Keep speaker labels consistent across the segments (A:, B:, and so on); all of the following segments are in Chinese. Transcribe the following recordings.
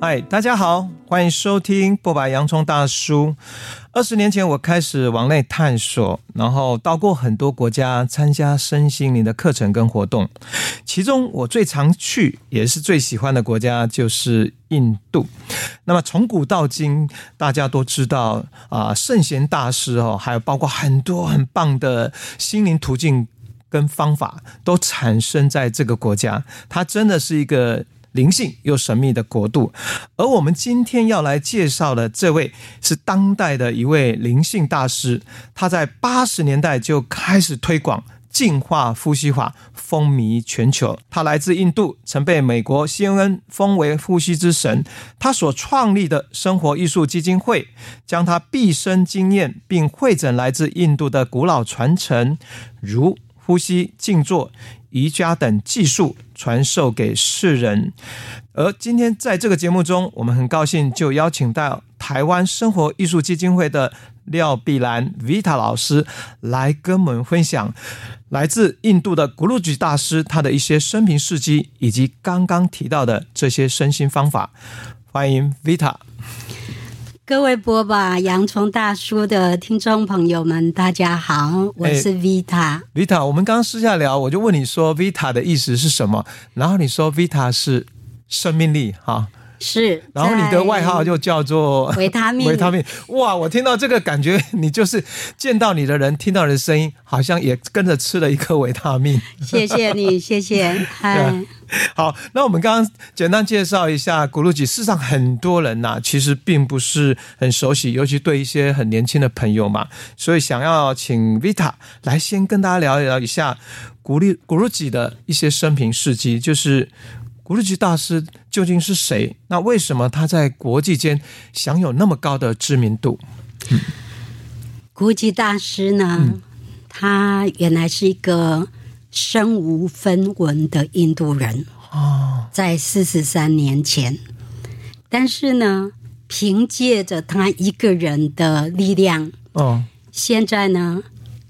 A: 嗨，大家好，欢迎收听《不白洋葱大叔》。二十年前，我开始往内探索，然后到过很多国家参加身心灵的课程跟活动。其中，我最常去也是最喜欢的国家就是印度。那么，从古到今，大家都知道啊、圣贤大师哦，还有包括很多很棒的心灵途径跟方法都产生在这个国家，它真的是一个灵性又神秘的国度。而我们今天要来介绍的这位是当代的一位灵性大师，他在八十年代就开始推广。净化呼吸法风靡全球，他来自印度，曾被美国 CNN 封为呼吸之神。他所创立的生活艺术基金会，将他毕生经验并汇整来自印度的古老传承，如呼吸、静坐、瑜伽等技术传授给世人。而今天在这个节目中，我们很高兴就邀请到台湾生活艺术基金会的廖碧兰 Vita 老师来跟我们分享来自印度的古鲁吉大师他的一些生平事迹，以及刚刚提到的这些身心方法。欢迎 Vita。
B: 各位波吧洋葱大叔的听众朋友们，大家好，我
A: 哎
B: 是 Vita。
A: Vita，我们刚刚私下聊，我就问你说 Vita 的意思是什么，然后你说 Vita 是生命力哈，
B: 是，
A: 然后你的外号就叫做
B: 维他命
A: 维他命。哇，我听到这个感觉，你就是见到你的人，听到你的声音，好像也跟着吃了一颗维他命。
B: 在 谢谢你，谢 谢，嗨，
A: 好，那我们刚刚简单介绍一下古鲁吉。事实上，很多人呐、其实并不是很熟悉，尤其对一些很年轻的朋友嘛，所以想要请 Vita 来先跟大家聊一聊一下古力古鲁吉的一些生平事迹，就是。古鲁吉大师究竟是谁？那为什么他在国际间享有那么高的知名度？
B: 古籍大师呢，
A: 嗯
B: 他原来是一个身无分文的印度人哦，在四十三年前，但是呢，凭借着他一个人的力量，
A: 哦，
B: 现在呢，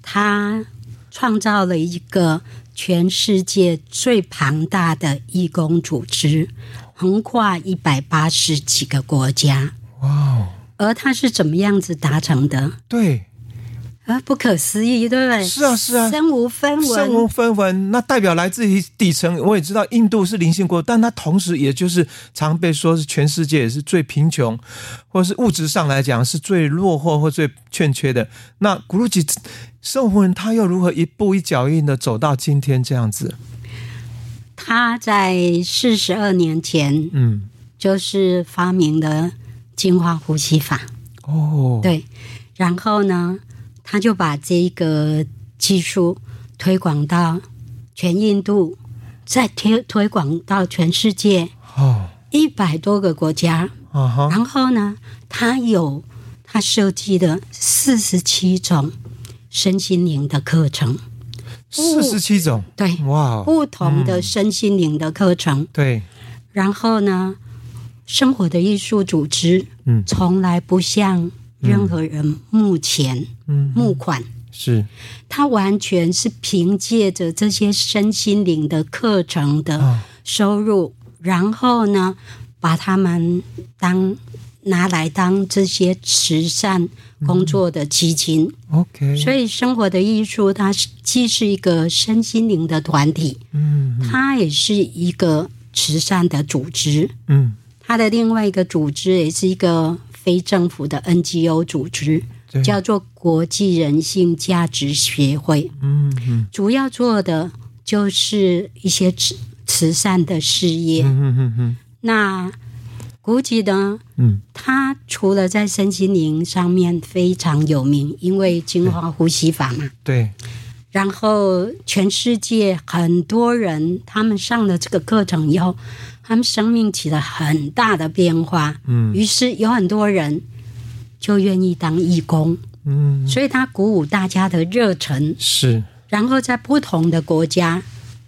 B: 他创造了一个全世界最庞大的义工组织，横跨一百八十几个国家。
A: 哇哦，
B: 而他是怎么样子达成的？
A: 对，
B: 啊，不可思议，对不对？
A: 是啊是啊
B: 身无分
A: 身
B: 文
A: 无，分文，那代表来自于底层。我也知道印度是灵性国，但它同时也就是常被说是全世界也是最贫穷，或是物质上来讲是最落后或最欠缺的。那古鲁吉生活人他又如何一步一脚印的走到今天这样子？
B: 他在四十二年前
A: 嗯，
B: 就是发明了净化呼吸法。
A: 哦，
B: 对，然后呢，他就把这一个技术推广到全印度，再推推广到全世界
A: 哦，
B: 一百多个国家。
A: 啊哈，
B: 然后呢，他有他设计的四十七种身心灵的课程，
A: 四十七种，
B: 对，
A: 哇哦，
B: 不同的身心灵的课程。
A: 对，
B: 然后呢，生活的艺术组织，
A: 嗯
B: 从来不向任何人募钱、
A: 嗯
B: 募款。
A: 是
B: 他完全是凭借着这些身心灵的课程的收入，然后呢，把他们当拿来当这些慈善工作的基金。
A: 嗯 OK，
B: 所以，生活的艺术它是既是一个身心灵的团体，
A: 嗯
B: 它也是一个慈善的组织。
A: 嗯，
B: 它的另外一个组织也是一个非政府的 NGO 组织，
A: 对，
B: 叫做国际人性价值协会。
A: 嗯嗯
B: 主要做的就是一些慈慈善的事业。
A: 嗯嗯嗯
B: 那古籍呢，
A: 嗯，
B: 他除了在身心灵上面非常有名，因为净化呼吸法嘛，
A: 对，
B: 然后全世界很多人他们上了这个课程以后，他们生命起了很大的变化。
A: 嗯
B: 于是有很多人就愿意当义工，
A: 嗯
B: 所以他鼓舞大家的热忱，
A: 是，
B: 然后在不同的国家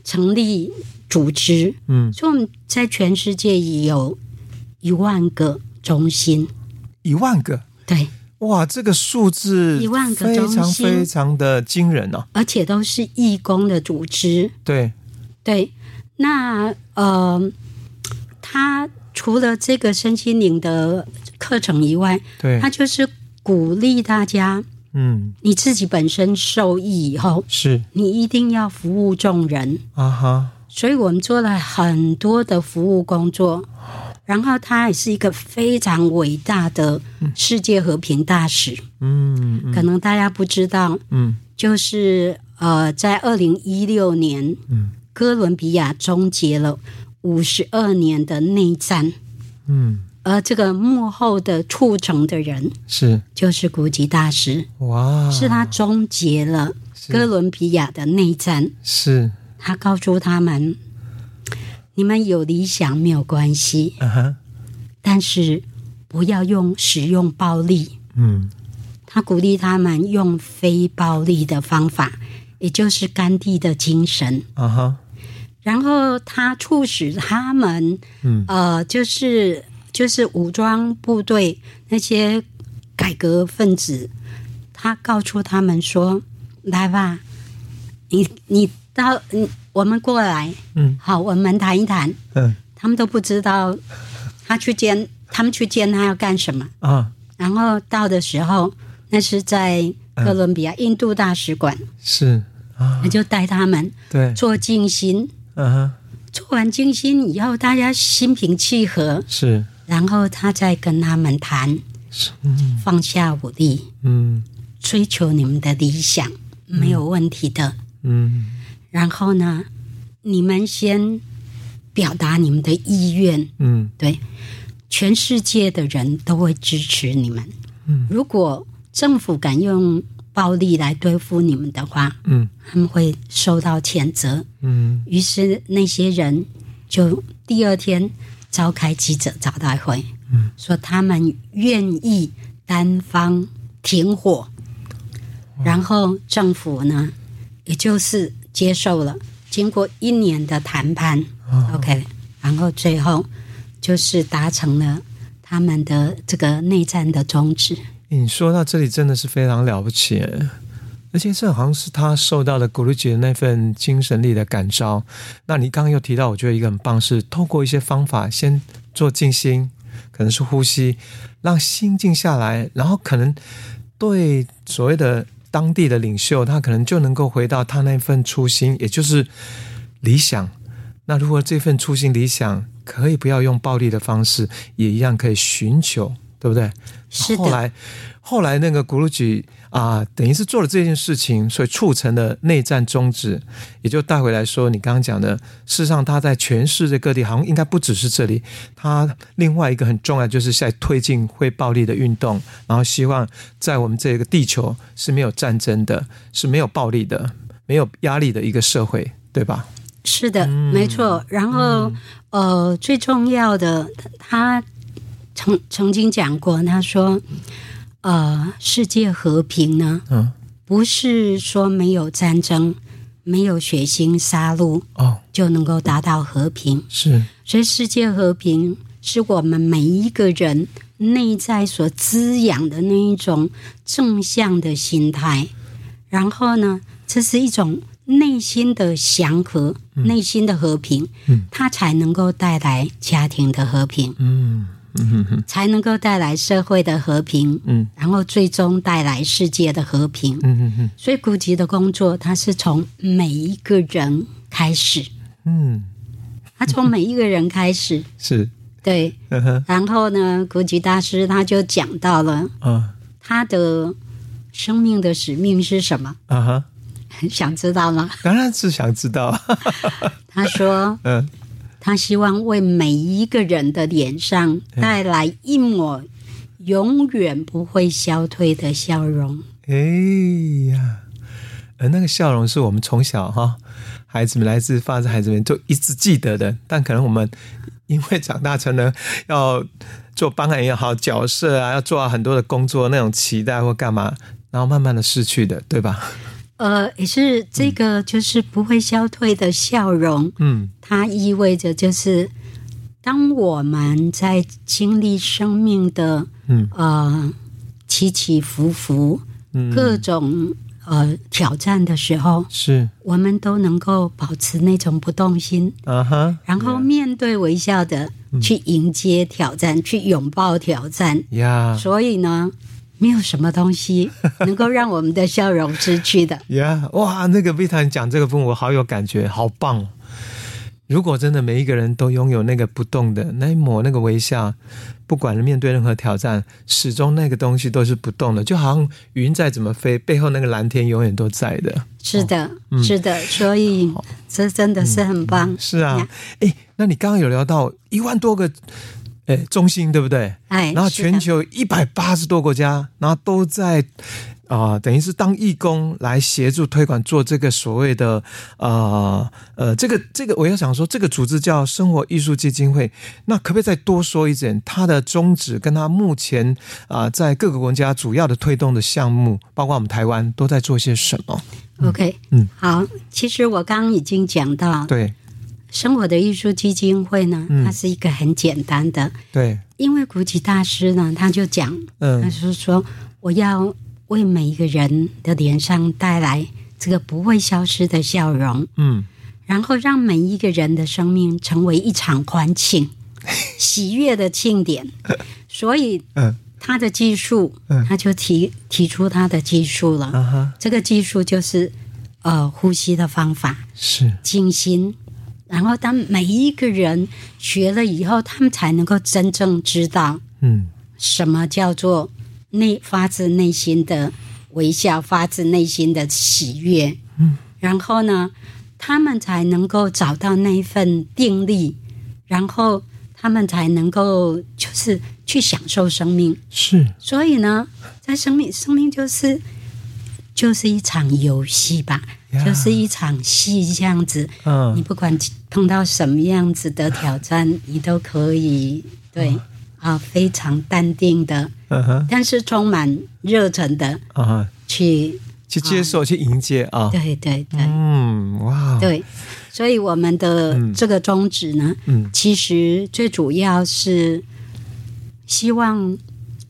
B: 成立组织，
A: 嗯，
B: 所以我们在全世界也有一万个中心，
A: 一万个。
B: 对，
A: 哇，这个数字
B: 一万个
A: 非
B: 中
A: 常
B: 心
A: 非常的惊人哦。
B: 而且都是义工的组织，
A: 对，
B: 对，那呃，他除了这个身心灵的课程以外，
A: 对
B: 他，就是鼓励大家，
A: 嗯，
B: 你自己本身受益以后，
A: 是
B: 你一定要服务众人。
A: 啊哈，
B: 所以我们做了很多的服务工作，然后他也是一个非常伟大的世界和平大使。
A: 嗯嗯
B: 可能大家不知道，
A: 嗯，
B: 就是呃，在二零一六年，
A: 嗯，
B: 哥伦比亚终结了五十二年的内战，
A: 嗯，
B: 而这个幕后的促成的人
A: 是
B: 就是古吉大师，
A: 哇，
B: 是他终结了哥
A: 啊是
B: 伦比亚的内战。
A: 是
B: 他告诉他们：“你们有理想没有关系，
A: 啊哈，
B: 但是不要用使用暴力。
A: 嗯”
B: 他鼓励他们用非暴力的方法，也就是甘地的精神。
A: 啊哈，
B: 然后他促使他们，
A: 嗯
B: 呃，就是就是武装部队那些改革分子，他告诉他们说：“来吧，你你到你我们过来，
A: 嗯
B: 好，我们谈一谈。
A: 嗯”
B: 他们都不知道他去见他们去见他要干什么。
A: 啊，
B: 然后到的时候，那是在哥伦比亚印度大使馆，
A: 是啊，
B: 他就带他们
A: 对，
B: 做静心。
A: 嗯哈，
B: 做完静心以后，大家心平气和，
A: 是
B: 然后他再跟他们谈，
A: 是，嗯
B: 放下武力，
A: 嗯
B: 追求你们的理想，没有问题的。
A: 嗯
B: 然后呢，你们先表达你们的意愿，
A: 嗯
B: 对，全世界的人都会支持你们。如果政府敢用暴力来对付你们的话，
A: 嗯
B: 他们会受到谴责。
A: 嗯，
B: 于是那些人就第二天召开记者招待会，
A: 嗯
B: 说他们愿意单方停火，然后政府呢，也就是接受了，经过一年的谈判、o
A: 啊
B: k 然后最后就是达成了他们的这个内战的终止。
A: 你说到这里真的是非常了不起，而且这好像是他受到了 Guruji 的那份精神力的感召。那你刚刚又提到，我觉得一个很棒是透过一些方法，先做静心，可能是呼吸，让心静下来，然后可能对所谓的当地的领袖，他可能就能够回到他那份初心，也就是理想。那如果这份初心理想可以不要用暴力的方式，也一样可以寻求，对不对？
B: 是
A: 后
B: 的，
A: 来，后来那个古鲁吉啊，等于是做了这件事情，所以促成了内战终止，也就带回来说，你刚刚讲的，事实上他在全世界各地，好像应该不只是这里，他另外一个很重要就是在推进非暴力的运动，然后希望在我们这个地球是没有战争的，是没有暴力的，没有压力的一个社会，对吧？
B: 是的，没错。然后，呃，最重要的，他曾曾经讲过，他说，呃，世界和平呢，
A: 嗯，
B: 不是说没有战争、没有血腥杀戮
A: 哦，
B: 就能够达到和平，
A: 是，
B: 所以世界和平是我们每一个人内在所滋养的那一种正向的心态。然后呢，这是一种内心的祥和、内心的和平，
A: 嗯
B: 它才能够带来家庭的和平，
A: 嗯嗯哼哼
B: 才能够带来社会的和平，
A: 嗯
B: 然后最终带来世界的和平。
A: 嗯嗯嗯
B: 所以，古籍的工作，它是从每一个人开始，
A: 嗯，
B: 它从每一个人开始，
A: 是，嗯
B: 对。
A: 呵呵，
B: 然后呢，古吉大师他就讲到了
A: 啊
B: 他的生命的使命是什么，
A: 啊哈。
B: 想知道吗？
A: 当然是想知道，
B: 他说
A: 嗯，
B: 他希望为每一个人的脸上带来一抹永远不会消退的笑容。
A: 哎呀，呃，那个笑容是我们从小哈，孩子们来自发自孩子们就一直记得的，但可能我们因为长大成人，要做帮案也好，角色啊，要做好很多的工作，那种期待或干嘛，然后慢慢的失去的，对吧？
B: 呃，也是这个就是不会消退的笑容，
A: 嗯
B: 它意味着就是当我们在经历生命的
A: 嗯
B: 呃起起伏伏、
A: 嗯，
B: 各种呃挑战的时候，
A: 是
B: 我们都能够保持那种不动心，
A: 啊哈，
B: 然后面对微笑的
A: 嗯
B: 去迎接挑战，去拥抱挑战。
A: 呀
B: 所以呢，没有什么 东西能够让我们的笑容失去的。
A: 呀，哇，那个 Vita 你讲这个部分我好有感觉，好棒、哦！如果真的每一个人都拥有那个不动的那一抹那个微笑，不管面对任何挑战，始终那个东西都是不动的，就好像云再怎么飞，背后那个蓝天永远都在的。
B: 是的，
A: 哦嗯
B: 是的，所以这真的是很棒。
A: 是啊
B: 呀，
A: 哎，那你刚刚有聊到一万多个，哎，中心对不对？
B: 哎，
A: 然后
B: 是的
A: 全球一百八十多国家，然后都在啊、等于是当义工来协助推广做这个所谓的呃呃，这个这个，我要想说，这个组织叫生活艺术基金会，那可不可以再多说一点它的宗旨跟它目前啊、在各个国家主要的推动的项目，包括我们台湾都在做些什么？
B: OK，
A: 嗯，
B: 好。其实我刚刚已经讲到，
A: 对嗯
B: 生活的艺术基金会呢，它是一个很简单的，
A: 对，
B: 因为古吉大师呢，他就讲，他
A: 嗯
B: 是说我要为每一个人的脸上带来这个不会消失的笑容，
A: 嗯，
B: 然后让每一个人的生命成为一场欢 庆、喜悦的庆典。所以
A: 嗯，
B: 他的技术
A: 嗯，
B: 他就提提出他的技术了。
A: 啊哈，
B: 这个技术就是呃呼吸的方法，
A: 是
B: 静心。然后，当每一个人学了以后，他们才能够真正知道
A: 嗯
B: 什么叫做内发自内心的微笑，发自内心的喜悦。嗯，然后呢，他们才能够找到那一份定力，然后他们才能够就是去享受生命。
A: 是，
B: 所以呢，在生命，生命就是就是一场游戏吧
A: Yeah
B: 就是一场戏这样子。你
A: 嗯
B: 不管碰到什么样子的挑战，你都可以对啊、非常淡定的，
A: 嗯哼
B: 但是充满热忱的
A: 啊哈，
B: 去，
A: 去接受去迎接啊，
B: 对对对、
A: 嗯哇，
B: 对。所以我们的
A: 嗯
B: 这个宗旨呢，
A: 嗯
B: 其实最主要是希望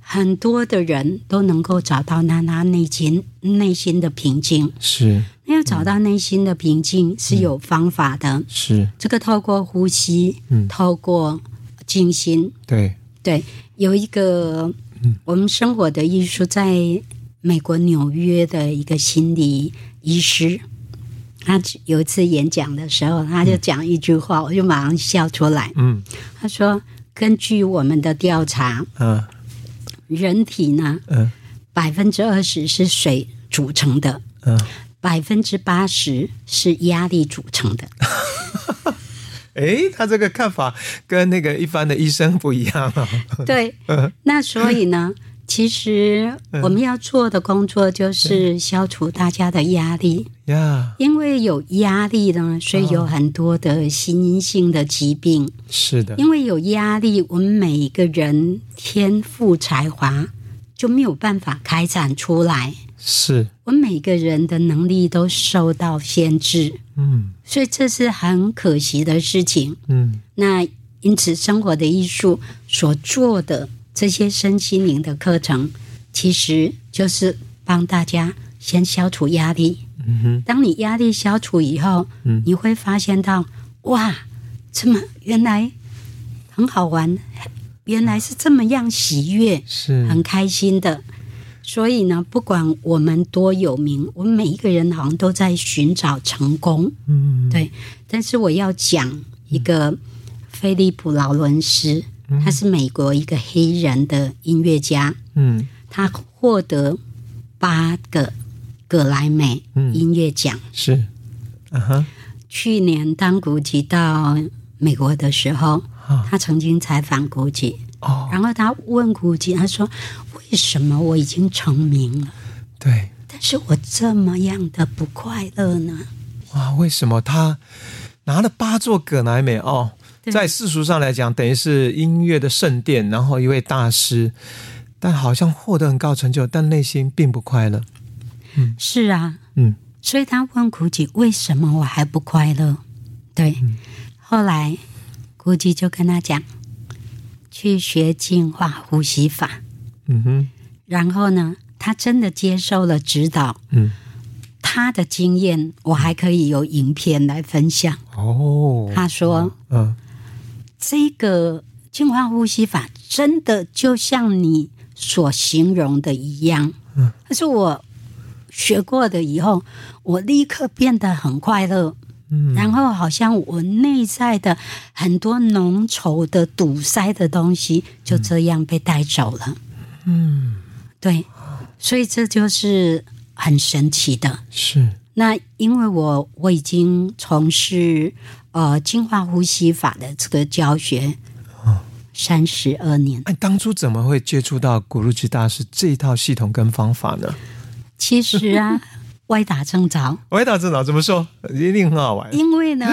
B: 很多的人都能够找到那那内心内心的平静。
A: 是
B: 那要找到内心的平静是有方法的，
A: 是，
B: 这个透过呼吸，
A: 嗯
B: 透过静心，
A: 对，
B: 对，有一个我们生活的艺术，在美国纽约的一个心理医师，他有一次演讲的时候，他就讲一句话，我就马上笑出来。
A: 嗯
B: 他说：“根据我们的调查，
A: 啊
B: 人体呢
A: 嗯
B: 百分之二十是水组成的，
A: 嗯，
B: 百分之八十是压力组成的。
A: 诶，他这个看法跟那个一般的医生不一样啊。
B: 对，那所以呢，其实我们要做的工作就是消除大家的压力，
A: 呀，
B: 因为有压力呢，所以有很多的心因性的疾病。
A: 是的，
B: 因为有压力，我们每一个人天赋才华就没有办法开展出来。
A: 是，
B: 我们每个人的能力都受到限制，
A: 嗯
B: 所以这是很可惜的事情。
A: 嗯
B: 那因此，生活的艺术所做的这些身心灵的课程，其实就是帮大家先消除压力。
A: 嗯哼，
B: 当你压力消除以后，
A: 嗯
B: 你会发现到，哇，这么原来很好玩，原来是这么样喜悦，
A: 是
B: 很开心的。所以呢，不管我们多有名，我们每一个人好像都在寻找成功。
A: 嗯
B: 对，但是我要讲一个菲利普·劳伦斯，他是美国一个黑人的音乐家，
A: 嗯
B: 他获得八个葛莱美
A: 嗯
B: 音乐奖。
A: 是，啊哈
B: 去年当古吉到美国的时候，
A: 啊
B: 他曾经采访古吉，
A: 哦，
B: 然后他问古吉，他说：“为什么我已经成名了，
A: 对，
B: 但是我这么样的不快乐呢？”
A: 哇，为什么他拿了八座葛莱美哦？
B: 对
A: 在世俗上来讲，等于是音乐的圣殿，然后一位大师，但好像获得很高成就，但内心并不快乐。
B: 是啊，
A: 嗯，
B: 所以他问古吉为什么我还不快乐？对，后来古吉就跟他讲，去学净化呼吸法。
A: 嗯哼，
B: 然后呢，他真的接受了指导，
A: 嗯，
B: 他的经验我还可以有影片来分享。
A: 哦，
B: 他说
A: 嗯
B: 这个净化呼吸法真的就像你所形容的一样，嗯，但是我学过的以后，我立刻变得很快乐。嗯，然后好像我内在的很多浓稠的堵塞的东西就这样被带走了。
A: 嗯，
B: 对，所以这就是很神奇的。
A: 是，
B: 那因为我我已经从事呃净化呼吸法的这个教学三十二年，
A: 哎，当初怎么会接触到古鲁吉大师这一套系统跟方法呢？
B: 其实 啊，歪打正着，
A: 我也打正脑怎么说，一定很好玩。
B: 因为呢，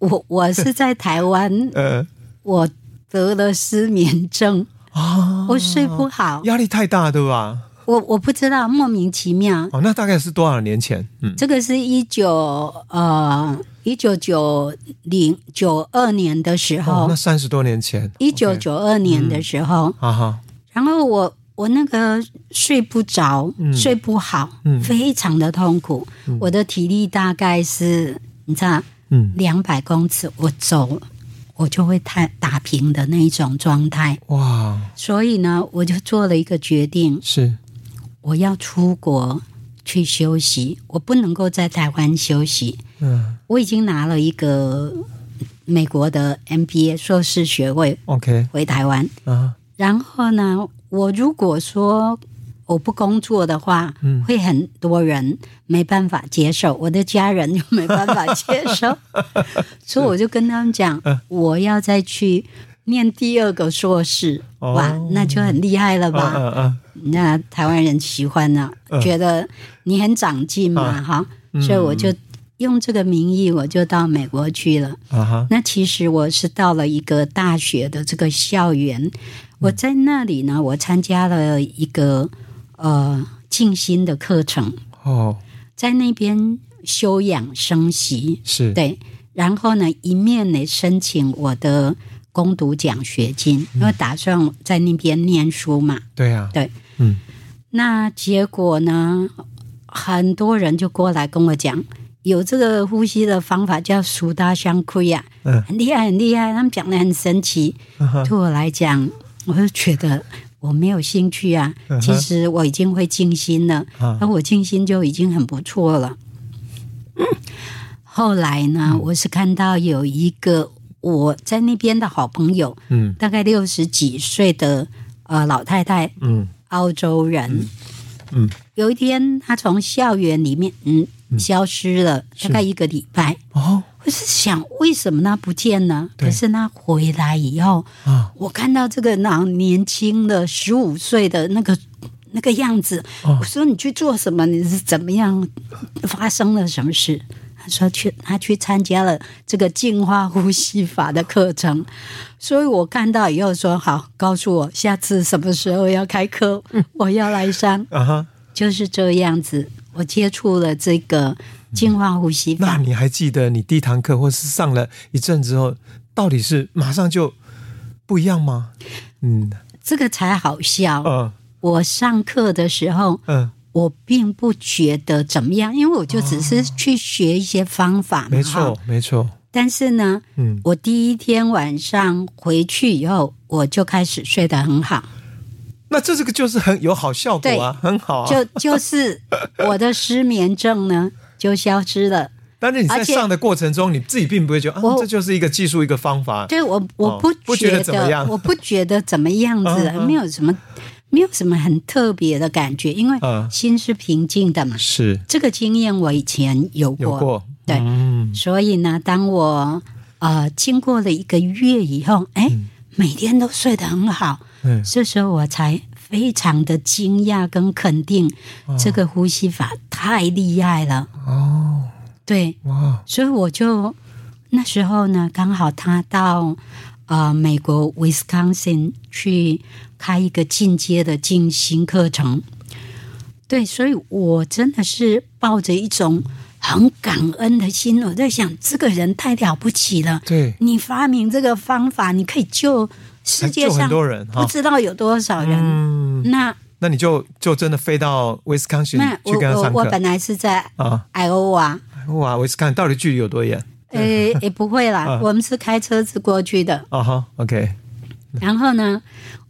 B: 我我是在台湾，
A: 呃，
B: 我得了失眠症，
A: 啊、
B: 我睡不好，
A: 压力太大，对吧？
B: 我我不知道莫名其妙，
A: 哦，那大概是多少年前？嗯，
B: 这个是一九呃一九九零九二年的时
A: 哦，
B: 候
A: 那，三十多年前，
B: 一九九二年的时候，
A: 啊哈，
B: 然后我我那个睡不着，睡不好，非常的痛苦。我的体力大概是你知道
A: 嗯，
B: 两百公尺，我走我就会太打平的那一种状态。
A: 哇，
B: 所以呢，我就做了一个决定，
A: 是，
B: 我要出国去休息，我不能够在台湾休息。
A: 嗯
B: 我已经拿了一个美国的 MBA 硕士学位
A: ，OK，
B: 回台湾，
A: 啊，
B: 然后呢，我如果说我不工作的话，
A: 嗯
B: 会很多人没办法接受，我的家人就没办法接 受，所以我就跟他们讲，
A: 嗯
B: 我要再去念第二个硕士，
A: 哦
B: 哇，那就很厉害了
A: 嗯
B: 吧？
A: 嗯嗯，
B: 那台湾人喜欢呢、觉得你很长进嘛，
A: 啊
B: 哈、
A: 嗯
B: 所以我就用这个名义，我就到美国去了。
A: 啊哈，
B: 那其实我是到了一个大学的这个校园，我在那里呢，我参加了一个呃静心的课程，
A: 哦，
B: 在那边休养生息，
A: 是，
B: 对，然后呢，一面呢申请我的攻读奖学金，因为打算在那边念书嘛，
A: 对呀，
B: 对，
A: 嗯，
B: 那结果呢，很多人就过来跟我讲，有这个呼吸的方法叫苏达香亏呀，
A: 嗯
B: 很厉害，很厉害，他们讲的很神奇。
A: 啊哈，
B: 对我来讲，我就觉得我没有兴趣啊
A: 嗯哼。
B: 其实我已经会静心了，
A: 啊
B: 而我静心就已经很不错了。嗯后来
A: 嗯
B: 呢，我是看到有一个我在那边的好朋友，
A: 嗯
B: 大概六十几岁的呃老太太，
A: 嗯
B: 澳洲人。
A: 嗯，
B: 有一天他从校园里面嗯消失了，大概一个礼拜。
A: 哦
B: 我是想，为什么他不见呢？
A: 对
B: 可是他回来以后，
A: 啊，
B: 我看到这个老年轻的十五岁的那个那个样子，
A: 哦
B: 我说你去做什么？你是怎么样发生了什么事？他说去，他去参加了这个净化呼吸法的课程，所以我看到以后说好，告诉我下次什么时候要开课，
A: 嗯
B: 我要来上，
A: 啊哈，
B: 就是这样子。我接触了这个净化呼吸
A: 那
B: 法，
A: 你还记得你第一堂课，或是上了一阵之后，到底是马上就不一样吗？嗯，
B: 这个才好笑。
A: 呃，
B: 我上课的时候，
A: 嗯，
B: 我并不觉得怎么样，因为我就只是去学一些方法嘛。
A: 没
B: 哈
A: 错，没错，
B: 但是呢，
A: 嗯
B: 我第一天晚上回去以后，我就开始睡得很好，
A: 那这这个就是很有好效果啊，很好啊。
B: 就就是我的失眠症呢就消失了。
A: 但是你在
B: 而且
A: 上的过程中，你自己并不会觉得啊，
B: 我
A: 这就是一个技术，一个方法。
B: 对我，我
A: 哦不觉
B: 觉
A: 得怎么样
B: 我不觉得怎么样子，
A: 嗯嗯
B: 没有什么，没有什么很特别的感觉，因为
A: 嗯
B: 心是平静的嘛。
A: 是
B: 这个经验我以前有
A: 有过，
B: 对
A: 嗯，
B: 所以呢，当我呃经过了一个月以后，哎，每天都睡得很好，
A: 嗯
B: 这时候我才非常的惊讶跟肯定，这个呼吸法太厉害了。
A: 哦，
B: 对，
A: 哇，
B: 所以我就那时候呢，刚好他到呃美国 Wisconsin 去开一个进阶的静心课程。对，所以我真的是抱着一种很感恩的心，我在想，这个人太了不起了。
A: 对，
B: 你发明这个方法，你可以救世界
A: 哎救
B: 上
A: 很多人哈
B: 不知道有多少人。
A: 嗯，
B: 那
A: 那你就就真的飞到威斯康星
B: 那我
A: 去跟他
B: 我
A: 上
B: 我
A: 课
B: 本来是在
A: 啊？
B: 艾欧瓦，
A: 哇，威斯康到底距离有多远？ 啊
B: 呃，也不会啦，我们是开车子过去的。
A: 啊哈，OK，
B: 然后呢，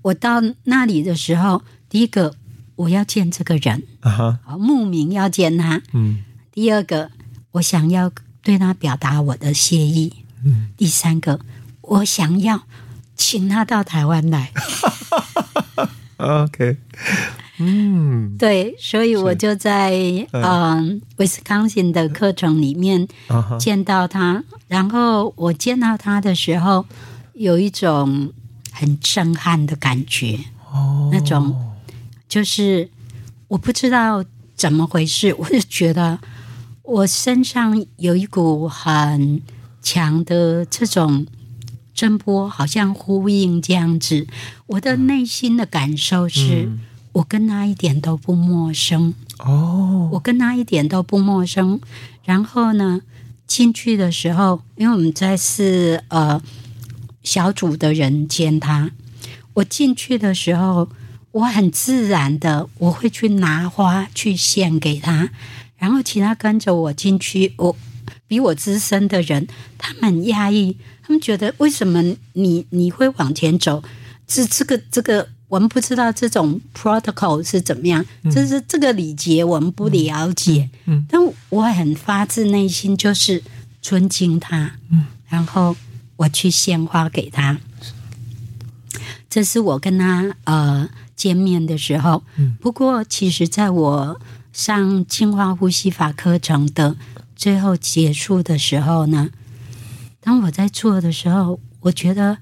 B: 我到那里的时候，第一个我要见这个人，
A: 啊哈，
B: 啊，慕名要见他；
A: 嗯
B: 第二个，我想要对他表达我的谢意；
A: 嗯
B: 第三个，我想要请他到台湾来。
A: ，OK，嗯
B: 对，所以我就在
A: 嗯
B: 嗯威斯康星的课程里面
A: 啊哈，
B: 见到他，然后我见到他的时候，有一种很震撼的感觉，
A: 哦
B: 那种就是我不知道怎么回事，我就觉得我身上有一股很强的这种震波，好像呼应这样子。我的内心的感受是，
A: 嗯
B: 我跟他一点都不陌生，
A: 哦，
B: 我跟他一点都不陌生。然后呢，进去的时候，因为我们在是呃小组的人见他，我进去的时候，我很自然的我会去拿花去献给他，然后其他跟着我进去，我比我资深的人，他们很压抑，他们觉得为什么你你会往前走？这这个这个，我们不知道这种 protocol 是怎么样，这是这个礼节我们不了解。
A: 嗯嗯
B: 但我很发自内心就是尊敬他，
A: 嗯
B: 然后我去献花给他。这是我跟他呃见面的时候。
A: 嗯
B: 不过，其实在我上净化呼吸法课程的最后结束的时候呢，当我在做的时候，我觉得，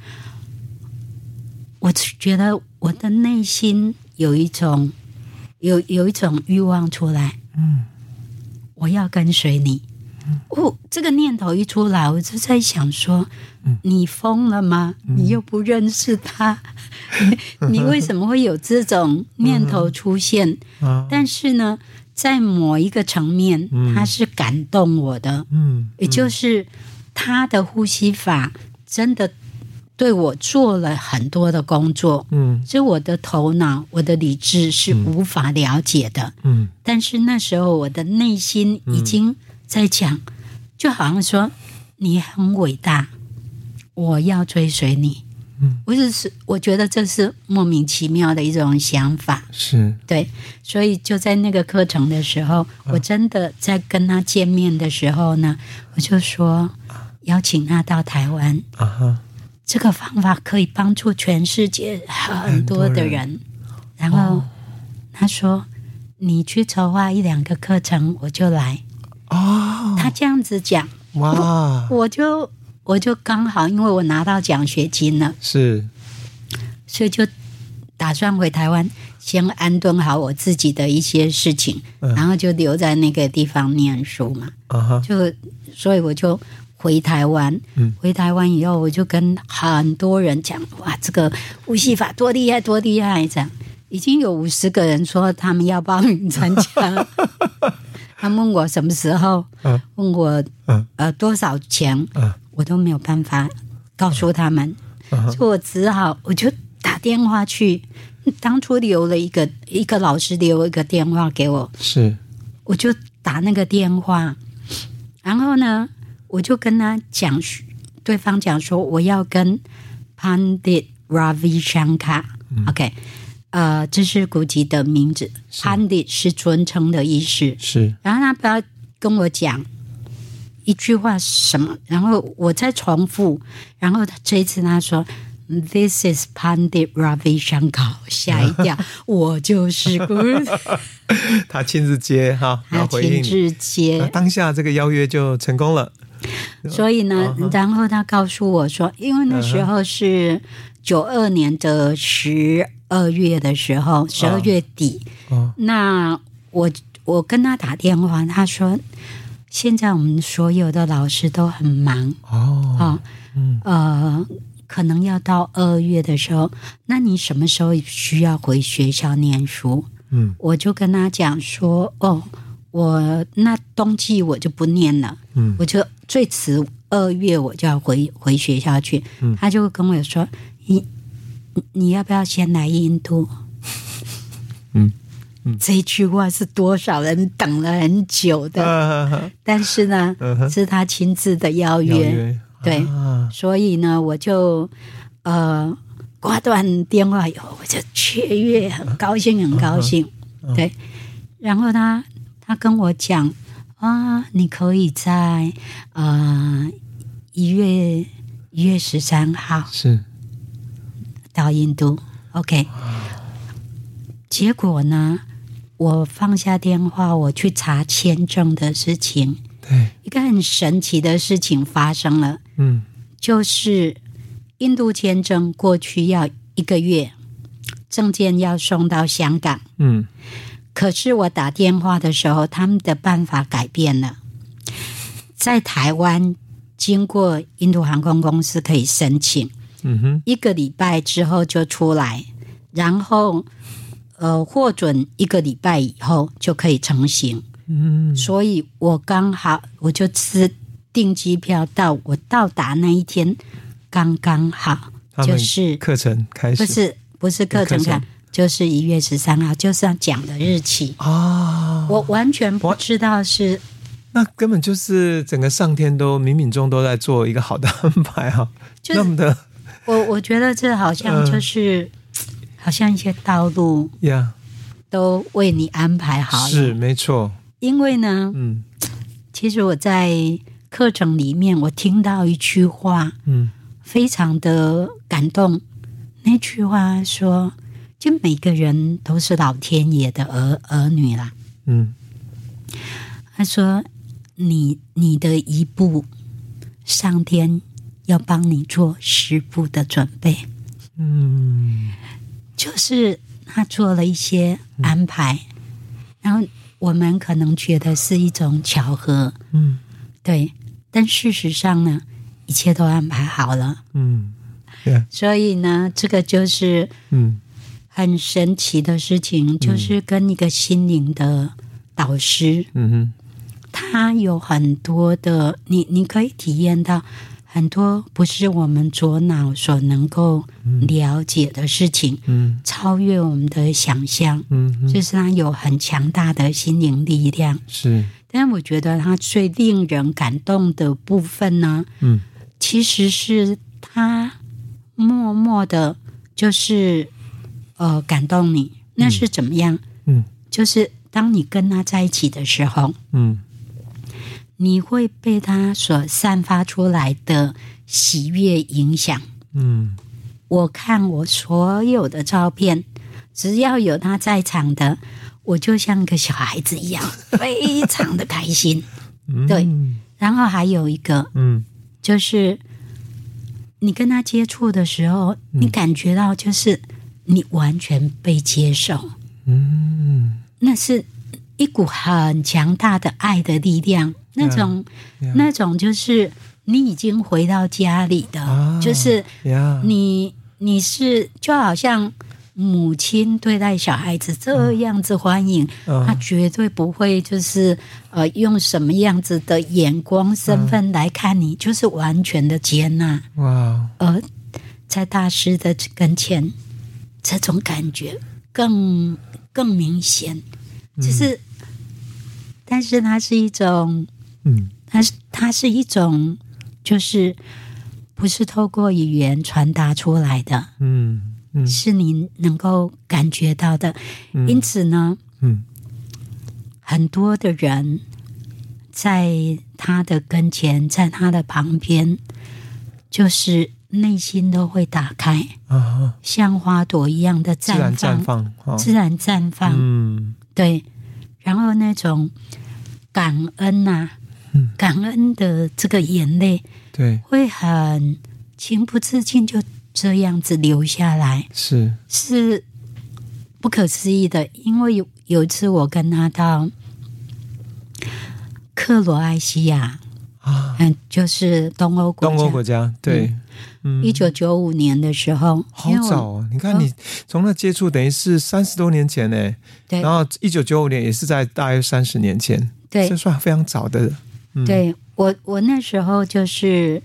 B: 我觉得我的内心有一种有有一种欲望出来，
A: 嗯，
B: 我要跟随你。哦，这个念头一出来，我就在想说，你疯了吗？你又不认识他， 你你为什么会有这种念头出现？
A: 啊，
B: 但是呢，在某一个层面，它是感动我的，
A: 嗯
B: 也就是他的呼吸法真的对我做了很多的工作，
A: 嗯
B: 所以我的头脑、我的理智是无法了解的。
A: 嗯
B: 但是那时候我的内心已经在讲，就好像说你很伟大，我要追随你。
A: 嗯，
B: 我只是我觉得这是莫名其妙的一种想法，
A: 是，
B: 对，所以就在那个课程的时候，我真的在跟他见面的时候呢，我就说邀请他到台湾，
A: 啊哈，
B: 这个方法可以帮助全世界很多的人。哦然后他说：“你去筹划一两个课程，我就来。
A: 哦，
B: 他这样子讲，
A: 哇，
B: 我就我就刚好，因为我拿到奖学金了，
A: 是，
B: 所以就打算回台湾，先安顿好我自己的一些事情，
A: 嗯
B: 然后就留在那个地方念书嘛。
A: 啊哈，
B: 就所以我就回台湾，
A: 嗯
B: 回台湾以后我就跟很多人讲，哇，这个呼吸法多厉害，多厉害！这样已经有五十个人说他们要报名参 加，他问我什么时候，
A: 嗯
B: 问我
A: 嗯
B: 呃多少钱，
A: 嗯
B: 我都没有办法告诉他们，
A: 嗯
B: 所以我只好我就打电话去。当初留了一个一个老师留一个电话给我，
A: 是，
B: 我就打那个电话，然后呢，我就跟他讲，对方讲说我要跟 Pandit Ravi Shankar，OK，、OK，呃，这是古籍的名字，Pandit 是尊称的意思。
A: 是，
B: 然后他不要跟我讲一句话什么，然后我再重复，然后他这一次他说。This is Pandit Ravi Shankar，我吓一 跳，我就是古，
A: 他亲自接哈，然
B: 他
A: 后回应
B: 亲
A: 你，
B: 自接，
A: 那当下这个邀约就成功了，
B: 所以呢，
A: 嗯
B: 然后他告诉我说，因为那时候是九二年的十二月的时候，十二月底，
A: 哦
B: 那我我跟他打电话，他说现在我们所有的老师都很忙
A: 哦，
B: 啊，呃，可能要到二月的时候，那你什么时候需要回学校念书？
A: 嗯
B: 我就跟他讲说，哦，我那冬季我就不念了，
A: 嗯
B: 我就最迟二月我就要回回学校去。
A: 嗯
B: 他就跟我说，你你你要不要先来印度？
A: 嗯
B: 这一句话是多少人等了很久的，
A: 啊，
B: 但是呢，
A: 嗯哼
B: 是他亲自的邀
A: 邀啊
B: 约，
A: 约，
B: 对
A: 啊
B: 所以呢，我就呃挂断电话以后，我就雀跃，很高兴，很高兴。对，然后他他跟我讲啊，你可以在呃一月一月十三号
A: 是
B: 到印度，OK。结果呢，我放下电话，我去查签证的事情，
A: 对，
B: 一个很神奇的事情发生了。
A: 嗯，
B: 就是印度签证过去要一个月，证件要送到香港。
A: 嗯，
B: 可是我打电话的时候，他们的办法改变了，在台湾经过印度航空公司可以申请，
A: 嗯哼，
B: 一个礼拜之后就出来，然后呃获准一个礼拜以后就可以成型。
A: 嗯，
B: 所以我刚好我就吃订机票到我到达那一天刚刚好，
A: 他们
B: 就是
A: 课程开始
B: 不是不是课程
A: 课程
B: 看，就是一月十三号，就是要讲的日期。
A: 啊，
B: 我完全不知道是
A: 那根本就是整个上天都冥冥中都在做一个好的安排啊，
B: 就
A: 那么的
B: 我，我觉得这好像
A: 嗯
B: 就是、好像一些道路
A: 呀
B: 都为你安排好了。
A: 是没错，
B: 因为呢，
A: 嗯
B: 其实我在课程里面我听到一句话，
A: 嗯
B: 非常的感动。那句话说，就每个人都是老天爷的儿儿女啦。
A: 嗯，
B: 他说，你你的一步，上天要帮你做十步的准备。
A: 嗯，
B: 就是他做了一些安排，然后我们可能觉得是一种巧合，
A: 嗯，
B: 对，但事实上呢，一切都安排好了。
A: 嗯，呀，
B: 所以呢，这个就是
A: 嗯
B: 很神奇的事情，就是跟一个心灵的导师，
A: 嗯哼，
B: 他有很多的，你你可以体验到很多不是我们左脑所能够了解的事情，
A: 嗯
B: 超越我们的想象。
A: 嗯哼，
B: 就是他有很强大的心灵力量，
A: 是，
B: 但我觉得他最令人感动的部分呢，
A: 嗯
B: 其实是他默默的，就是呃感动你。那是怎么样？
A: 嗯
B: 就是当你跟他在一起的时候，
A: 嗯
B: 你会被他所散发出来的喜悦影响。
A: 嗯
B: 我看我所有的照片，只要有他在场的，我就像个小孩子一样，非常的开心。
A: 嗯，
B: 对
A: 嗯
B: 然后还有一个
A: 嗯
B: 就是，你跟他接触的时候，
A: 嗯
B: 你感觉到就是你完全被接受，
A: 嗯
B: 那是一股很强大的爱的力量，那种
A: Yeah.
B: 那种就是你已经回到家里的
A: 啊，
B: 就是。
A: 呀，
B: 你你是就好像母亲对待小孩子这样子欢迎，
A: 嗯
B: 他绝对不会就是呃用什么样子的眼光、身份来看你，就是完全的接纳。
A: 哇，
B: 而在大师的跟前，这种感觉更更明显，就是，但是它是一种
A: 嗯
B: 它是它是一种，就是不是透过语言传达出来的，
A: 嗯嗯
B: 是你能够感觉到的。因此呢，
A: 嗯
B: 很多的人在他的跟前，在他的旁边，就是内心都会打开，
A: 啊，
B: 像花朵一样的
A: 自然
B: 绽
A: 绽
B: 放，
A: 放啊，
B: 自然绽放。
A: 嗯
B: 对，然后那种感恩呐、
A: 嗯
B: 感恩的这个眼泪。
A: 对，
B: 会很情不自禁就这样子流下来，
A: 是，
B: 是不可思议的。因为有有一次我跟他到克罗埃西亚
A: 啊，
B: 嗯，就是东欧国
A: 东欧
B: 家
A: 国，家，对，嗯
B: 一九九五年的时候，
A: 好
B: 因为我啊
A: 早哦！你看，你从那接触，等于是三十多年前呢。
B: 对
A: 然后一九九五年也是在大约三十年前，
B: 对
A: 这算非常早的。嗯，
B: 对，我我那时候就是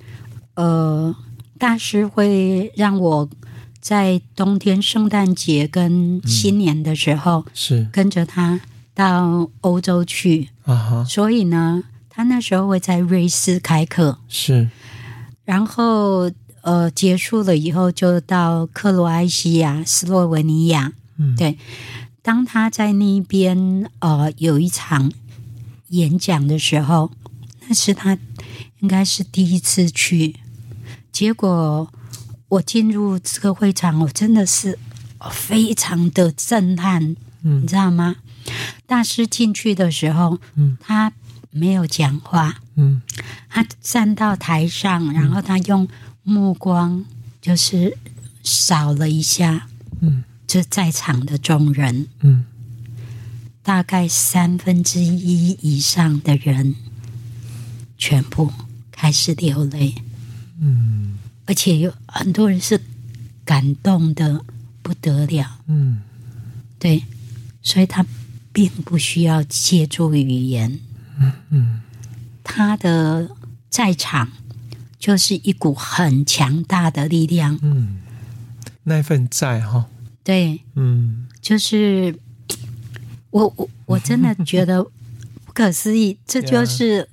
B: 呃，大师会让我在冬天圣诞节跟新年的时候。
A: 是
B: 跟着他到欧洲去，
A: 啊哈，
B: 所以呢，他那时候会在瑞士开课，
A: 是
B: 然后呃结束了以后，就到克罗埃西亚、斯洛文尼亚。
A: 嗯
B: 对。当他在那边呃有一场演讲的时候，那是他应该是第一次去。结果我进入这个会场，我真的是非常的震撼，
A: 嗯
B: 你知道吗？大师进去的时候，
A: 嗯
B: 他没有讲话，
A: 嗯
B: 他站到台上，然后他用目光就是扫了一下，
A: 嗯，
B: 就在场的众人，
A: 嗯
B: 大概三分之一以上的人全部开始流泪，
A: 嗯
B: 而且有很多人是感动的不得了，
A: 嗯
B: 对，所以他并不需要借助语言，
A: 嗯
B: 他的在场就是一股很强大的力量，
A: 嗯，那一份在哈，
B: 对，
A: 嗯
B: 就是我我我真的 觉得不可思议，这
A: Yeah
B: 就是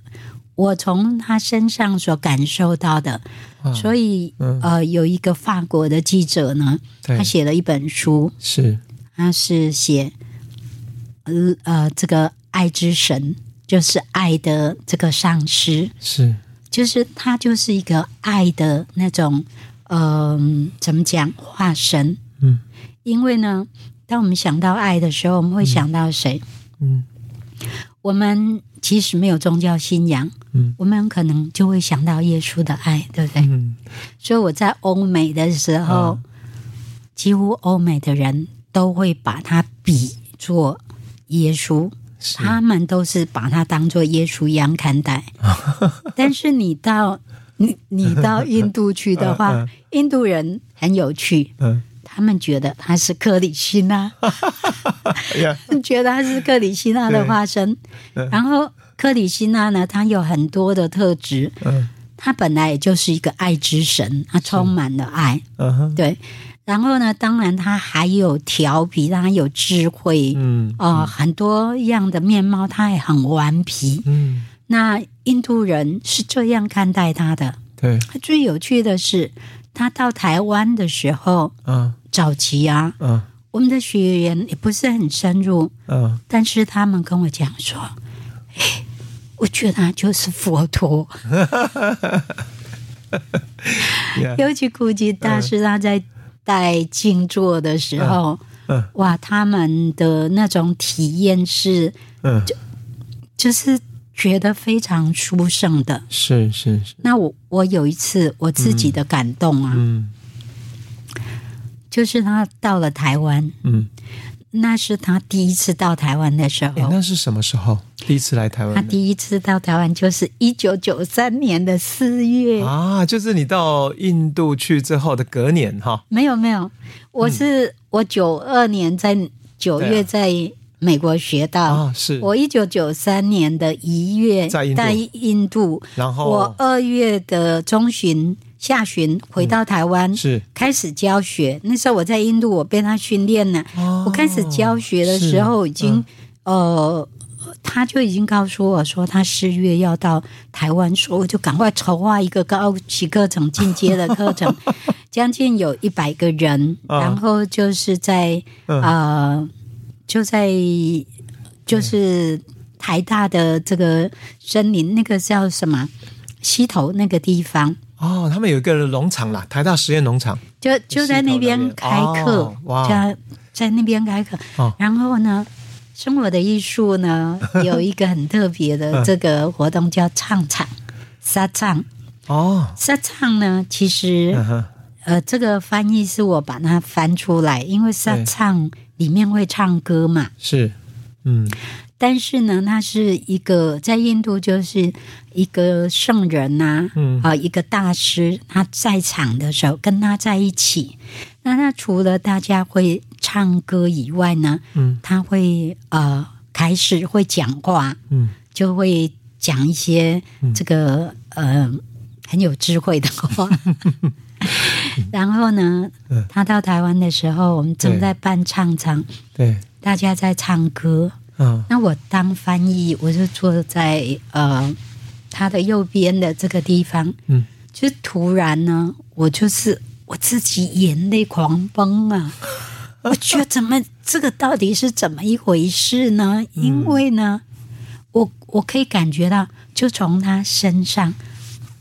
B: 我从他身上所感受到的。
A: 哇
B: 所以、
A: 嗯
B: 呃，有一个法国的记者呢，
A: 对
B: 他写了一本书，
A: 是
B: 他是写呃呃这个爱之神，就是爱的这个丧失，
A: 是
B: 就是他就是一个爱的那种，嗯、怎么讲化身？
A: 嗯
B: 因为呢，当我们想到爱的时候，我们会想到谁？
A: 嗯
B: 我们即使没有宗教信仰，
A: 嗯，
B: 我们可能就会想到耶稣的爱，对不对？
A: 嗯
B: 所以我在欧美的时
A: 啊
B: 候，几乎欧美的人都会把它比作耶稣，
A: 是
B: 他们都是把它当做耶稣一样 看待。但是你到你你到印度去 的
A: 嗯
B: 话
A: 嗯，
B: 印度人很有趣，
A: 嗯
B: 他们觉得他是克里希那。
A: 哎呀
B: 觉得他是克里希那的化身
A: 对嗯。
B: 然后克里希那呢，他有很多的特质，
A: 嗯
B: 他本来也就是一个爱之神，他充满了爱，
A: 嗯哼
B: 对。然后呢，当然他还有调皮，他有智慧，
A: 嗯
B: 呃，很多样的面貌，他也很顽皮。
A: 嗯
B: 那印度人是这样看待他的。
A: 对
B: 最有趣的是，他到台湾的时候，
A: 啊
B: 早期啊，
A: 啊
B: 我们的学员也不是很深入，
A: 啊
B: 但是他们跟我讲说，哎，我觉得他就是佛陀，
A: 呀
B: 尤其估计大师他在带静坐的时候，
A: 嗯
B: 哇，他们的那种体验是
A: 嗯
B: 就是觉得非常殊胜的。
A: 是是是
B: 那我我有一次我自己的感动啊，
A: 嗯
B: 就是他到了台湾，
A: 嗯
B: 那是他第一次到台湾的时
A: 哎
B: 候。
A: 那是什么时候第一次来台湾
B: 他
A: 的？
B: 第一次到台湾就是一九九三年的四月，
A: 啊，就是你到印度去之后的隔年哈，
B: 没有没有，我是、我九二年在
A: 嗯
B: 九
A: 对啊
B: 月在美国学到，
A: 啊是，
B: 我一九九三年的一月
A: 在印度
B: 印度，
A: 然
B: 我
A: 后
B: 二月的中旬下旬回到台湾。
A: 是
B: 开始教学，那时候我在印度，我被他训练了。
A: 哦嗯
B: 我开始教学的时候，已经、呃，他就已经告诉我说他四月要到台湾，说我就赶快筹划一个高级课程进阶的课 程，将近有一百个人，
A: 啊
B: 然后就是在、
A: 嗯
B: 呃，就在就是台大的这个森林，那个叫什么溪头那个地方，
A: 哦，他们有一个农场啦，台大实验农场
B: 就就在那边开课
A: 哦，哇
B: 在在那边开课。
A: 哦
B: 然后呢，生活的艺术 呢有一个很特别
A: 嗯
B: 的这个活动叫唱场沙唱。
A: 哦，
B: 沙唱呢，其
A: 嗯
B: 实
A: 哼，
B: 呃，这个翻译是我把它翻出来，因为沙
A: 对
B: 唱里面会唱歌嘛。
A: 是，嗯
B: 但是呢，它是一个在印度就是一个圣人呐、啊，
A: 嗯
B: 一个大师，他在场的时候跟他在一起，那他除了大家会唱歌以外呢，
A: 嗯
B: 他会呃开始会讲话，
A: 嗯
B: 就会讲一些这个、呃很有智慧的 话。然后呢
A: 嗯，
B: 他到台湾的时候，我们正
A: 对
B: 在办唱场，
A: 对，
B: 大家在唱歌。
A: 嗯
B: 那我当翻译，我就坐在呃他的右边的这个地方，
A: 嗯
B: 就突然呢，我就是我自己眼泪狂 崩啊！我觉得怎么这个到底是怎么一回事呢？
A: 嗯
B: 因为呢，我我可以感觉到，就从他身上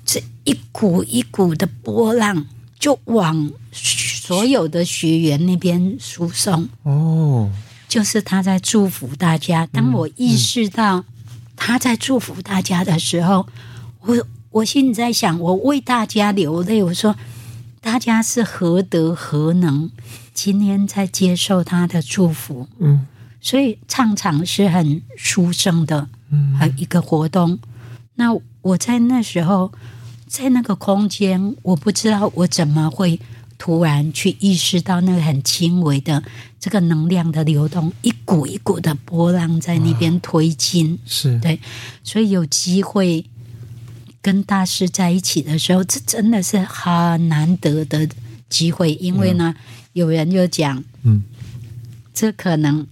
B: 这一股一股的波浪，就往所有的学员那边输送。
A: 哦，
B: 就是他在祝福大家。当我意识到他在祝福大家的时候，我我心里在想，我为大家流泪。我说，大家是何德何能，今天在接受他的祝福。
A: 嗯，
B: 所以唱场是很殊胜的，嗯，一个活动。那我在那时候，在那个空间，我不知道我怎么会突然去意识到那个很轻微的这个能量的流动，一股一股的波浪在那边推进。
A: 是，
B: 对，所以有机会跟大师在一起的时候，这真的是很难得的机会。因为呢，有人就讲，
A: 嗯，
B: 这可能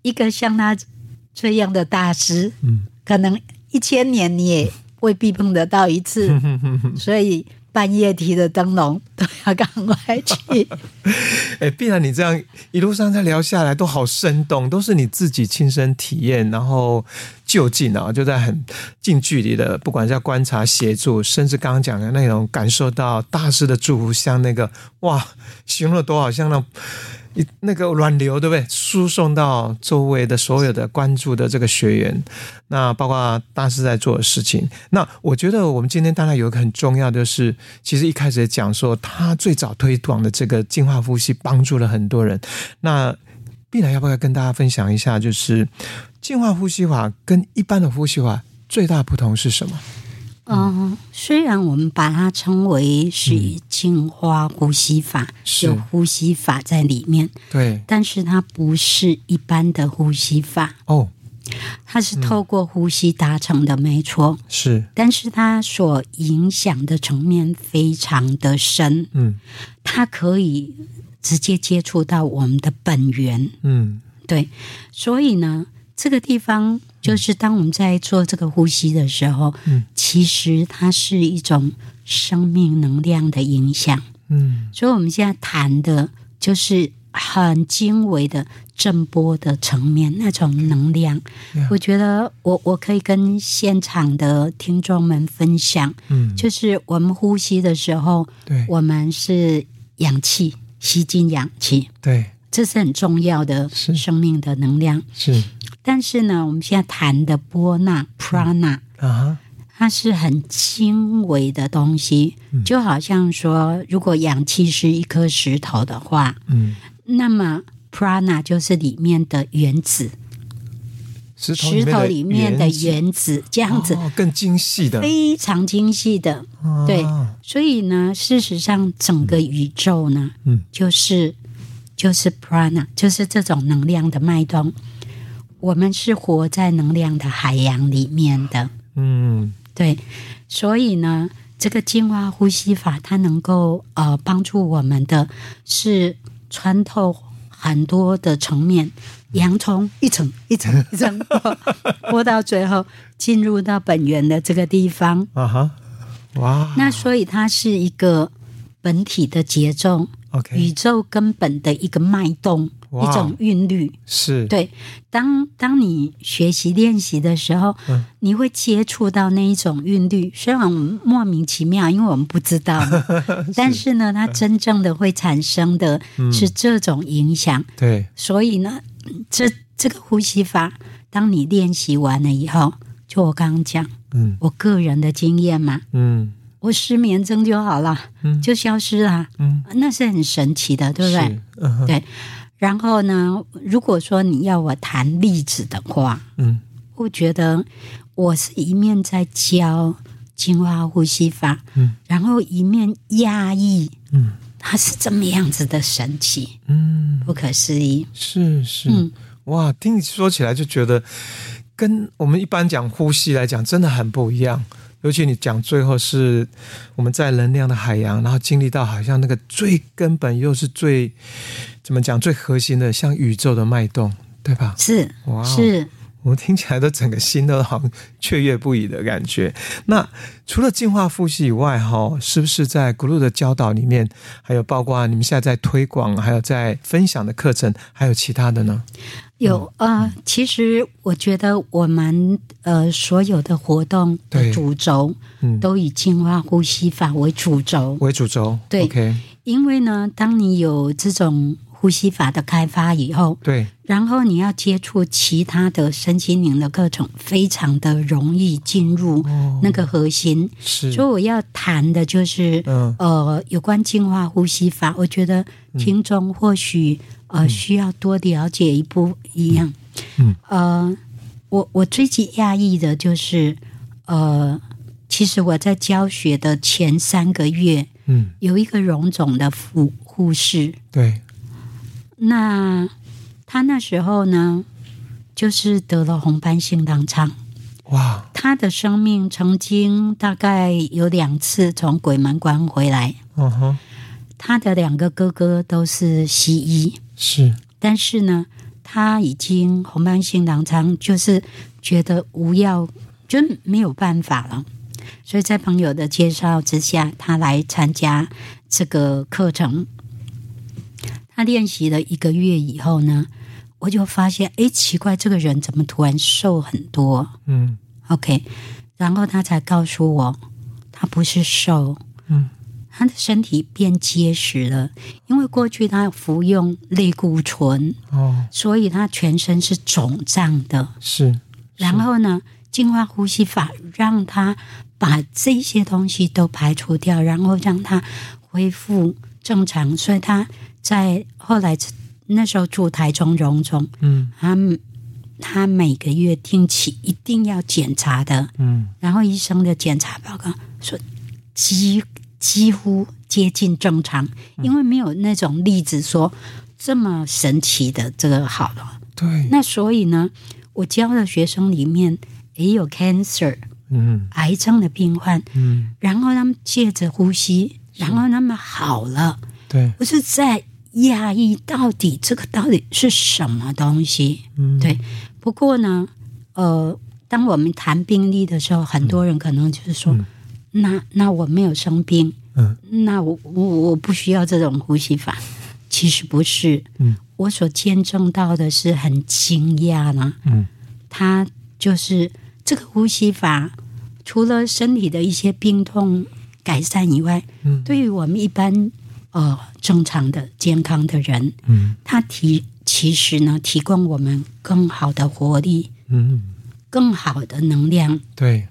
B: 一个像他这样的大师，
A: 嗯，
B: 可能一千年你也未必碰得到 一次，所以半夜提的灯笼都要赶快 去。
A: 哎，必然你这样一路上在聊下来都好生动，都是你自己亲身体验，然后就近啊，就在很近距离的，不管是要观察、协助，甚至刚刚讲的那种感受到大师的祝福，像那个哇，形容的多好，像那种一那个暖流，对不对？输送到周围的所有的关注的这个学员，那包括大师在做的事情。那我觉得我们今天当然有一个很重要的，就是其实一开始也讲说，他最早推广的这个净化呼吸帮助了很多人。那碧然要不要跟大家分享一下，就是净化呼吸法跟一般的呼吸法最大不同是什么？
B: 嗯，虽然我们把它称为
A: 嗯
B: 是净化呼吸法，
A: 是
B: 有呼吸法在里面，
A: 对，
B: 但是它不是一般的呼吸法，
A: 哦，
B: 它是透过呼吸达成的，没错。
A: 是，
B: 但是它所影响的层面非常的深，
A: 嗯
B: 它可以直接接触到我们的本源。
A: 嗯，
B: 对，所以呢，这个地方就是当我们在做这个呼吸的时候，
A: 嗯，
B: 其实它是一种生命能量的影响。
A: 嗯
B: 所以我们现在谈的就是很精微的震波的层面那种能量。
A: Yeah
B: 我觉得我我可以跟现场的听众们分享，
A: 嗯，
B: 就是我们呼吸的时候，
A: 对
B: 我们是氧气吸进氧气，
A: 对，
B: 这是很重要的
A: 是
B: 生命的能量。
A: 是
B: 但是呢，我们现在谈的波
A: Mm
B: 纳 （prana）、
A: 啊哈，
B: 它是很轻微的东西，
A: Mm
B: 就好像说，如果氧气是一颗石头的话，
A: 嗯，
B: 那么 prana 就是里面的原子，
A: 石头
B: 石头里
A: 里
B: 面
A: 面
B: 的
A: 的原
B: 原子，这样子、
A: 哦、更精细的，
B: 非常精细的。
A: 啊
B: 对所以呢，事实上整个宇宙呢，
A: 嗯，
B: 就是就是 prana，就是这种能量的脉动。我们是活在能量的海洋里面的，
A: 嗯，
B: 对，所以呢，这个净化呼吸法它能够呃帮助我们的是穿透很多的层面，洋葱一层一层一层 剥，剥到最后进入到本源的这个地方。
A: 啊哈，哇
B: 那所以它是一个本体的节奏，宇
A: ，OK，
B: 宙根本的一个脉动，
A: 哇
B: 一种韵律。
A: 是，
B: 对，当当你学习练习的时候，
A: 嗯
B: 你会接触到那一种韵律。虽然我们莫名其妙，因为我们不知道 嘛，但是呢，
A: 嗯
B: 它真正的会产生的是这种影响。
A: 对，
B: 所以呢，这这个呼吸法，当你练习完了以后，就我刚刚讲，
A: 嗯
B: 我个人的经验嘛，
A: 嗯
B: 我失眠症就好了，
A: 嗯
B: 就消失了，
A: 嗯，
B: 那是很神奇的，对不对？
A: 是？嗯哼
B: 对。然后呢，如果说你要我谈例子的话，
A: 嗯
B: 我觉得我是一面在教净化呼吸法，
A: 嗯，
B: 然后一面压抑
A: 嗯
B: 它是这么样子的神奇，
A: 嗯，
B: 不可思议。
A: 是是，
B: 嗯
A: 哇，听你说起来就觉得跟我们一般讲呼吸来讲真的很不一样。尤其你讲最后是我们在能量的海洋，然后经历到好像那个最根本又是最怎么讲最核心的，像宇宙的脉动，对吧？
B: 是
A: 哇哦
B: 是，
A: 我听起来都整个心都好像雀跃不已的感觉。那除了进化复习以外，哈，是不是在 Guru 的教导里面，还有包括你们现在在推广，还有在分享的课程，还有其他的呢？
B: 有
A: 嗯
B: 呃，其实我觉得我们呃所有的活动
A: 对
B: 的主轴
A: 嗯，
B: 都以净化呼吸法为主轴，
A: 为主轴，
B: 对
A: ，OK，
B: 因为呢，当你有这种呼吸法的开发以后，
A: 对，
B: 然后你要接触其他的身心灵的各种，非常的容易进入
A: 哦
B: 那个核心。
A: 是，
B: 所以我要谈的就是，
A: 嗯
B: 呃，有关净化呼吸法，我觉得听众或许、呃需要多了解一不一样。
A: 嗯，
B: 呃，我我最近讶异的就是，呃，其实我在教学的前三个月，
A: 嗯，
B: 有一个荣总的护护士，
A: 对，
B: 那他那时候呢，就是得了红斑性狼疮。
A: 哇，
B: 他的生命曾经大概有两次从鬼门关回来，
A: 嗯哼，
B: 他的两个哥哥都是西医，
A: 是，
B: 但是呢，他已经红斑性狼疮，就是觉得无药，就没有办法了。所以在朋友的介绍之下，他来参加这个课程。他练习了一个月以后呢，我就发现，哎，奇怪，这个人怎么突然瘦很多？
A: 嗯
B: OK，然后他才告诉我，他不是瘦，
A: 嗯，
B: 他的身体变结实了，因为过去他服用类固醇，
A: 哦，
B: 所以他全身是肿胀的。
A: 是，
B: 然后呢，净化呼吸法让他把这些东西都排除掉，然后让他恢复正常。所以他在后来那时候住台中荣总，
A: 嗯
B: 他他每个月定期一定要检查的。
A: 嗯，
B: 然后医生的检查报告说几几乎接近正常，
A: 嗯
B: 因为没有那种例子说这么神奇的这个好了。
A: 对，
B: 那所以呢，我教的学生里面也有 cancer
A: 嗯
B: 癌症的病患，
A: 嗯，
B: 然后他们借着呼吸，然后他们好了。
A: 对，
B: 我是在讶异到底这个到底是什么东西。
A: 嗯
B: 对。不过呢，呃，当我们谈病例的时候，很多人可能就是说，那那我没有生病，
A: 嗯
B: 那我我我不需要这种呼吸法。其实不是，
A: 嗯
B: 我所见证到的是很惊讶啦、
A: 嗯
B: 它就是这个呼吸法，除了身体的一些病痛改善以外，
A: 嗯
B: 对于我们一般呃正常的健康的人，
A: 嗯
B: 它提其实呢提供我们更好的活力、
A: 嗯，
B: 更好的能量，
A: 对，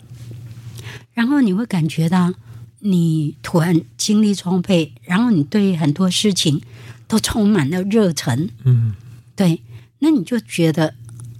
B: 然后你会感觉到你突然精力充沛，然后你对很多事情都充满了热忱，
A: 嗯
B: 对，那你就觉得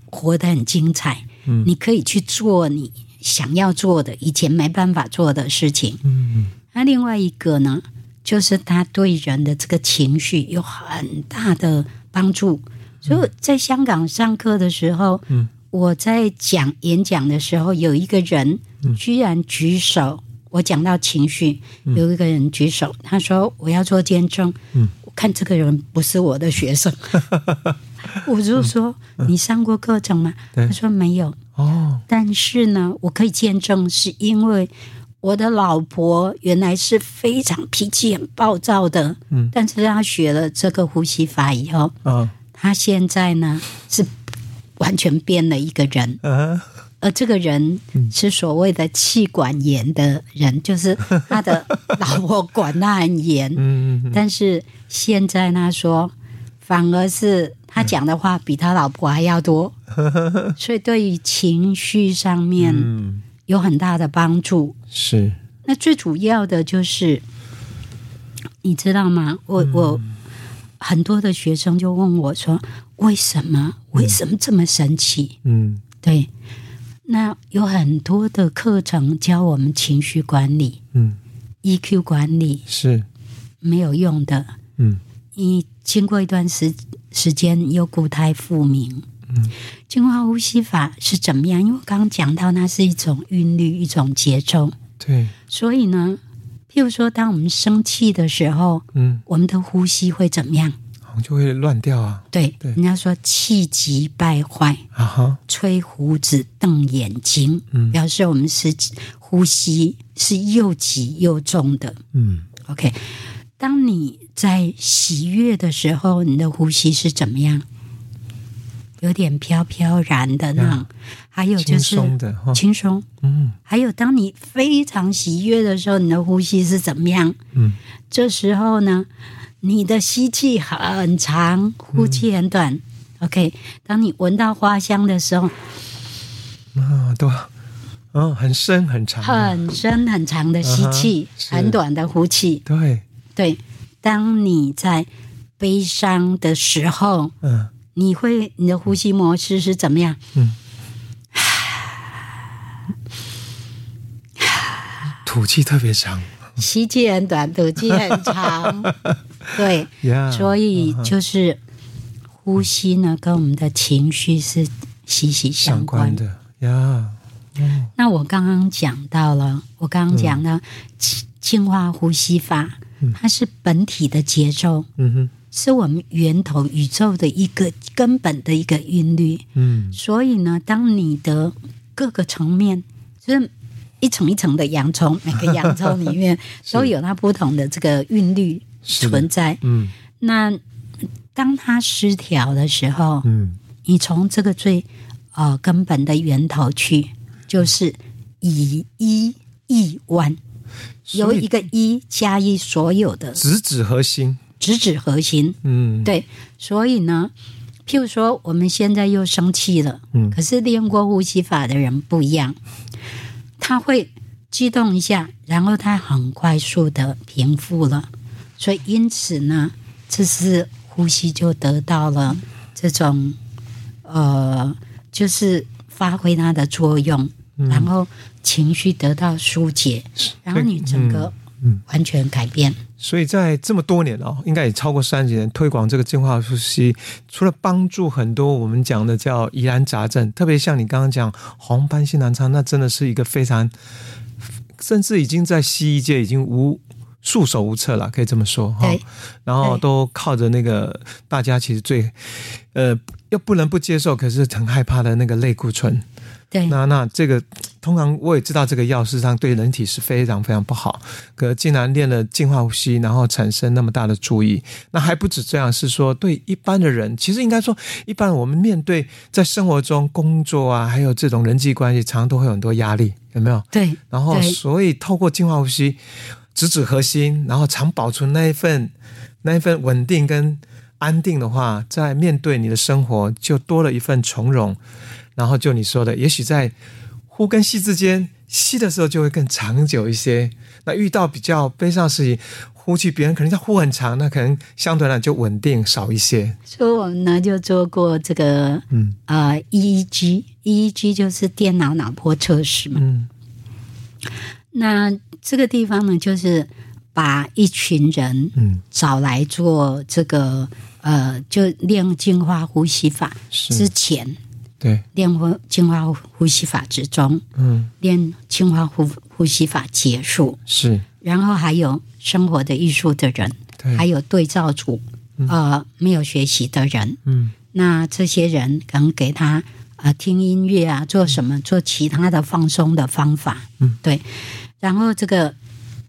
B: 活得很精彩。
A: 嗯
B: 你可以去做你想要做的，以前没办法做的事情。
A: 嗯
B: 那另外一个呢，就是他对人的这个情绪有很大的帮助。所以我在香港上课的时候，
A: 嗯
B: 我在讲演讲的时候，有一个人
A: 嗯
B: 居然举手，我讲到情绪，有一个人举手，他说我要做见证。
A: 嗯
B: 我看这个人不是我的 学生，我就说、你上过课程吗？
A: 嗯对
B: 他说没有。
A: 哦，
B: 但是呢，我可以见证，是因为我的老婆原来是非常脾气很暴躁的，
A: 嗯，
B: 但是她学了这个呼吸法以后，
A: 啊
B: 她现在呢是完全变了一个人，
A: 啊，
B: 而呃这个人
A: 嗯
B: 是所谓的气管炎的人， 就是他的老婆管他很严，
A: 嗯嗯
B: 但是现在他说，反而是他讲的话比他老婆还 要多，所以对于情绪上面。
A: 嗯，
B: 有很大的帮助。
A: 是，
B: 那最主要的就是，你知道吗？
A: 嗯
B: 我我很多的学生就问我说：“为什么？为什么这么神奇
A: 嗯？”
B: 对，那有很多的课程教我们情绪管理、
A: 嗯
B: EQ 管理
A: 是，
B: 没有用的。
A: 嗯
B: 你经过一段时时间，又固态复明。
A: 嗯，
B: 净化呼吸法是怎么样？因为我刚刚讲到，它是一种韵律，一种节奏。
A: 对，
B: 所以呢，譬如说，当我们生气的时候，
A: 嗯
B: 我们的呼吸会怎么样？
A: 啊、就会乱掉啊
B: 对，
A: 对
B: 人家说气急败坏，
A: 啊哈，
B: 吹胡子瞪眼睛，
A: 嗯
B: 表示我们是呼吸是又急又重的。
A: 嗯
B: OK，当你在喜悦的时候，你的呼吸是怎么样？有点飘飘然的那种，还有就是
A: 啊轻松啊的哈
B: 轻松
A: 嗯
B: 还有当你非常喜悦的时候，你的呼吸是怎么样？
A: 嗯，
B: 这时候呢，你的吸气很长，呼气很
A: 嗯
B: 短。OK，当你闻到花香的时候，
A: 啊都，嗯，很深很长啊，
B: 很深很长的吸气
A: 嗯哼是
B: 很短的呼气。
A: 对，
B: 对，当你在悲伤的时候，
A: 嗯
B: 你会你的呼吸模式是怎么 样？
A: 嗯，吐气特别长
B: 吸气很短，吐气很 长。对，
A: 呀，
B: 所
A: 嗯
B: 以就是呼吸呢，跟我们的情绪是息息相
A: 相
B: 关
A: 关。的呀，
B: 那我刚刚讲到了，我刚刚讲
A: 嗯
B: 到净净化呼吸法，它是本体的节奏，
A: 嗯哼，
B: 是我们源头宇宙的一个根本的一个韵律。
A: 嗯
B: 所以呢，当你的各个层面，就是一层一层的洋葱，每个洋葱 里面都有它不同的这个韵律
A: 是的
B: 存在。
A: 嗯
B: 那当它失调的时候，
A: 嗯
B: 你从这个最呃根本的源头去，就是以一亿万，由
A: 所以
B: 一个一加一所有的
A: 直指核心，
B: 直指核心。
A: 嗯，
B: 对，所以呢，譬如说我们现在又生气了，
A: 嗯
B: 可是练过呼吸法的人不一样，他会激动一下，然后他很快速的平复了，所以因此呢，这是呼吸就得到了这种呃，就是发挥它的作用，
A: 嗯
B: 然后情绪得到疏解，然后你整个
A: 嗯
B: 完全改变。
A: 所以在这么多年哦，应该也超过三十年，推广这个净化呼吸，除了帮助很多我们讲的叫疑难杂症，特别像你刚刚讲红斑性狼疮，那真的是一个非常，甚至已经在西医界已经无束手无策了，可以这么说哈
B: 对。
A: 然后
B: 对
A: 都靠着那个大家其实最，呃，又不能不接受，可是很害怕的那个类固醇，
B: 对，
A: 那那这个通常我也知道，这个药事实上对人体是非常非常不好。可竟然练了净化呼吸，然后产生那么大的注意，那还不止这样，是说对一般的人，其实应该说，一般我们面对在生活中、工作啊，还有这种人际关系，常常都会有很多压力，有没有？
B: 对，
A: 然后
B: 对
A: 所以透过净化呼吸，直指核心，然后常保存那一份那一份稳定跟安定的话，在面对你的生活就多了一份从容。然后就你说的，也许在呼跟吸之间，吸的时候就会更长久一些。那遇到比较悲伤的事情，呼气别人可能要呼很长，那可能相对来讲就稳定少一些。
B: 所以我们呢就做过这个，
A: 嗯
B: 呃，EEG，EEG E 就是电脑脑波测试嘛。
A: 嗯
B: 那这个地方呢，就是把一群人
A: 嗯，
B: 找来做这个，呃，就练净化呼吸法之
A: 是
B: 前，
A: 对，
B: 练呼净化呼吸法之中，
A: 嗯
B: 练净化呼呼吸法结束，
A: 是，
B: 然后还有生活的艺术的人，
A: 对，
B: 还有对照组，呃，没有学习的人。
A: 嗯
B: 那这些人可能给他啊、呃听音乐啊，做什么，做其他的放松的方法，
A: 嗯，
B: 对。然后这个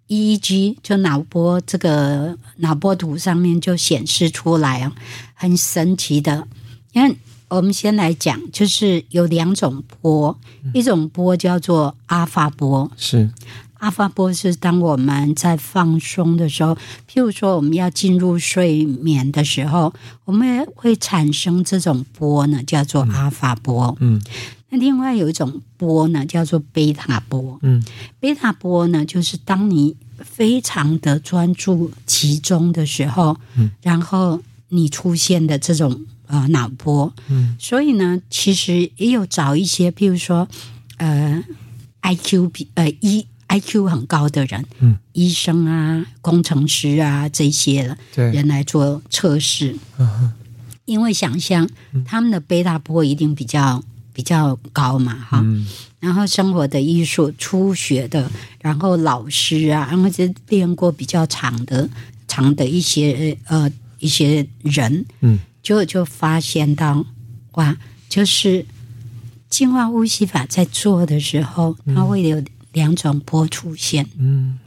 B: EEG 就脑波这个脑波图上面就显示出来啊，很神奇的。因为我们先来讲，就是有两种波，一种波叫做阿法波，
A: 是，
B: 阿法波是当我们在放松的时候，譬如说我们要进入睡眠的时候，我们会产生这种波呢，叫做阿法波。
A: 嗯
B: 那另外有一种波呢，叫做贝塔波。
A: 嗯
B: 贝塔波呢，就是当你非常的专注集中的时候，
A: 嗯
B: 然后你出现的这种呃脑波，
A: 嗯
B: 所以呢，其实也有找一些，譬如说，呃，IQ 比呃 E IQ 很高的人，
A: 嗯，
B: 医生啊、工程师啊这些
A: 对，
B: 人来做测试，
A: 嗯哼
B: 因为想象他们的贝塔波一定比较比较高嘛，哈。
A: 嗯
B: 然后生活的艺术、初学的，然后老师啊，然后就练过比较长的、长的一些呃一些人，
A: 嗯，
B: 就就发现到哇，就是净化呼吸法在做的时候，它会有两种波出现，
A: 嗯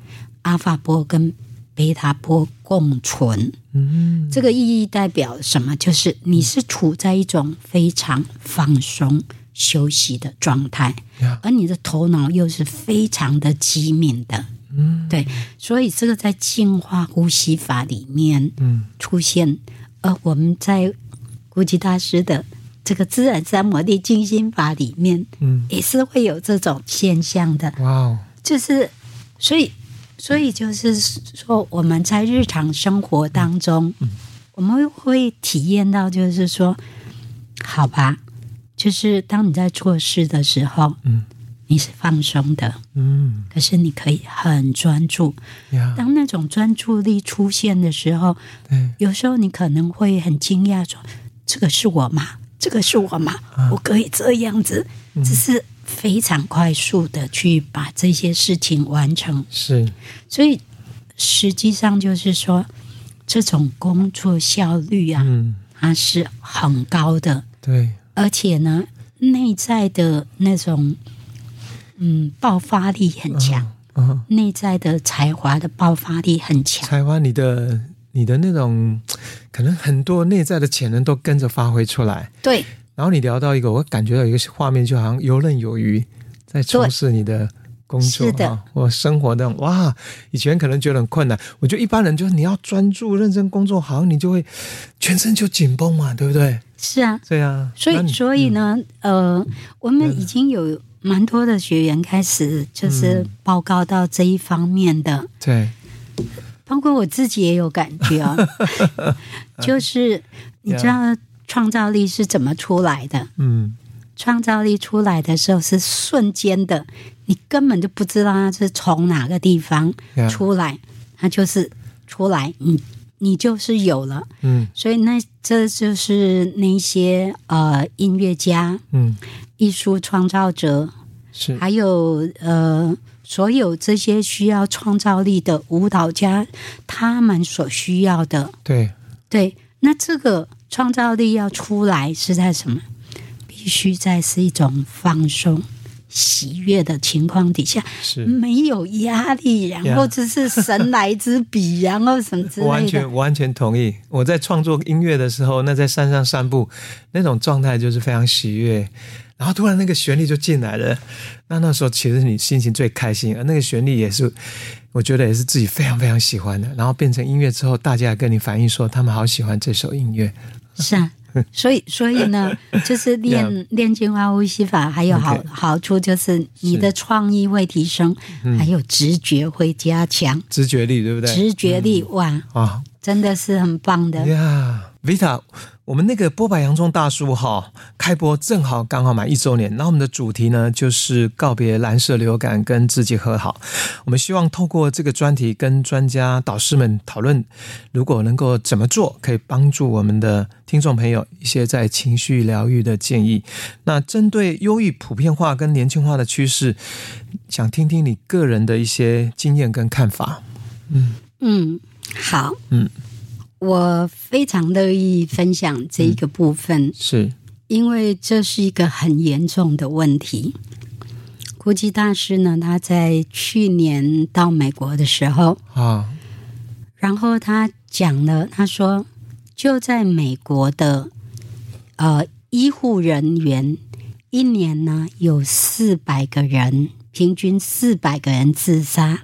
B: 阿法波跟贝塔波共存。
A: 嗯
B: 这个意义代表什么？就是你是处在一种非常放松、休息的状态
A: Yeah
B: 而你的头脑又是非常的机敏的。嗯，对，所以这个在净化呼吸法里面
A: 嗯
B: 出现，而我们在估计大师的这个自然三摩地静心法里面
A: 嗯，
B: 也是会有这种现象的。
A: 哇哦，
B: 就是，所以，所以就是说，我们在日常生活当中，我们会体验到，就是说，好吧，就是当你在做事的时候，
A: 嗯，
B: 你是放松的，
A: 嗯
B: 可是你可以很专注。
A: 呀，
B: 当那种专注力出现的时候，
A: 对，
B: 有时候你可能会很惊讶，说：“这个是我吗？这个是我吗？
A: 嗯
B: 我可以这样子？”只是非常快速的去把这些事情完成，
A: 是，
B: 所以实际上就是说，这种工作效率啊，
A: 嗯，
B: 它是很高的，
A: 对，
B: 而且呢，内在的那种嗯爆发力很强，
A: 嗯，
B: 内在的才华的爆发力很强。
A: 才华，你的你的那种，可能很多内在的潜能都跟着发挥出来。
B: 对，
A: 然后你聊到一个，我感觉到有一个画面，就好像游刃有余，在从事你的工作
B: 是的
A: 啊，或生活的哇，以前可能觉得很困难，我觉得一般人就是你要专注认真工作，好像你就会全身就紧绷嘛，对不对？
B: 是啊，
A: 对啊，
B: 所
A: 那
B: 以，
A: 你
B: 所以呢，呃，我们已经有蛮多的学员开始就是
A: 嗯
B: 报告到这一方面的，
A: 对，
B: 包括我自己也有感觉 啊，就是你知道创造力是怎么出来的？
A: 嗯，
B: 创造力出来的时候是瞬间的，你根本就不知道它是从哪个地方
A: Yeah
B: 出来，它就是出来，你你就是有了。
A: 嗯
B: 所以那这就是那些呃音乐家，
A: 嗯，
B: 艺术创造者，
A: 是，
B: 还有呃，所有这些需要创造力的舞蹈家，他们所需要的，
A: 对，
B: 对，那这个创造力要出来是在什么？必须在是一种放松、喜悦的情况底下，
A: 是，
B: 没有压力，然后
A: Yeah
B: 就是神来之笔，然后什么之
A: 我完
B: 类
A: 全
B: 的，
A: 我完全同意。我在创作音乐的时候，那在山上散步，那种状态就是非常喜悦。然后突然那个旋律就进来了，那那时候其实你心情最开心，而那个旋律也是，我觉得也是自己非常非常喜欢的。然后变成音乐之后，大家也跟你反映说他们好喜欢这首音乐。
B: 是啊。所以，所以呢，就是练练净化呼吸法，还有好
A: OK
B: 好处就是你的创意会提升，还有直觉会加强，
A: 直觉力嗯对不对？
B: 直觉力哇，
A: 啊，
B: 真的是很棒的。
A: 呀、yeah,，Vita，我们那个波板洋葱大叔哈开播正好刚好满一周年，那我们的主题呢就是告别蓝色流感跟自己和好。我们希望透过这个专题跟专家导师们讨论，如果能够怎么做，可以帮助我们的听众朋友一些在情绪疗愈的建议。那针对忧郁普遍化跟年轻化的趋势，想听听你个人的一些经验跟看法。
B: 嗯，好，
A: 嗯，
B: 我非常乐意分享这一个部分，
A: 是，
B: 因为这是一个很严重的问题。估计大师呢，他在去年到美国的时候，
A: 啊，
B: 然后他讲了，他说就在美国的呃医护人员一年呢有四百个人，平均四百个人自杀。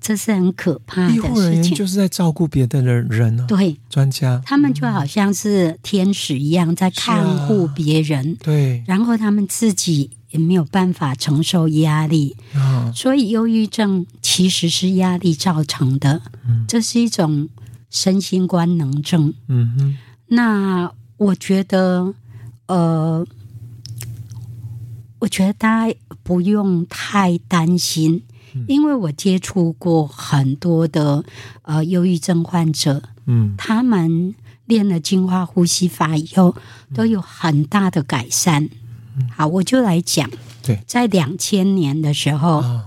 B: 这是很可怕
A: 医
B: 嗯的
A: 护人
B: 事
A: 员
B: 情。
A: 就是在照顾别的人人啊。
B: 对
A: 专家，
B: 他们就好像是天使一样在看
A: 啊
B: 护别人，
A: 对
B: 然后他们自己也没有办法承受压力，
A: 啊，
B: 所以，忧郁症其实是压力造成的，这是一种身心官能症。
A: 嗯哼，
B: 那我觉得，呃，我觉得大家不用太担心，
A: 嗯
B: 因为我接触过很多的呃忧郁症患者，
A: 嗯，
B: 他们练了净化呼吸法以后，
A: 嗯
B: 都有很大的改善。好，我就来讲，
A: 对
B: 在两千年的时候。
A: 啊，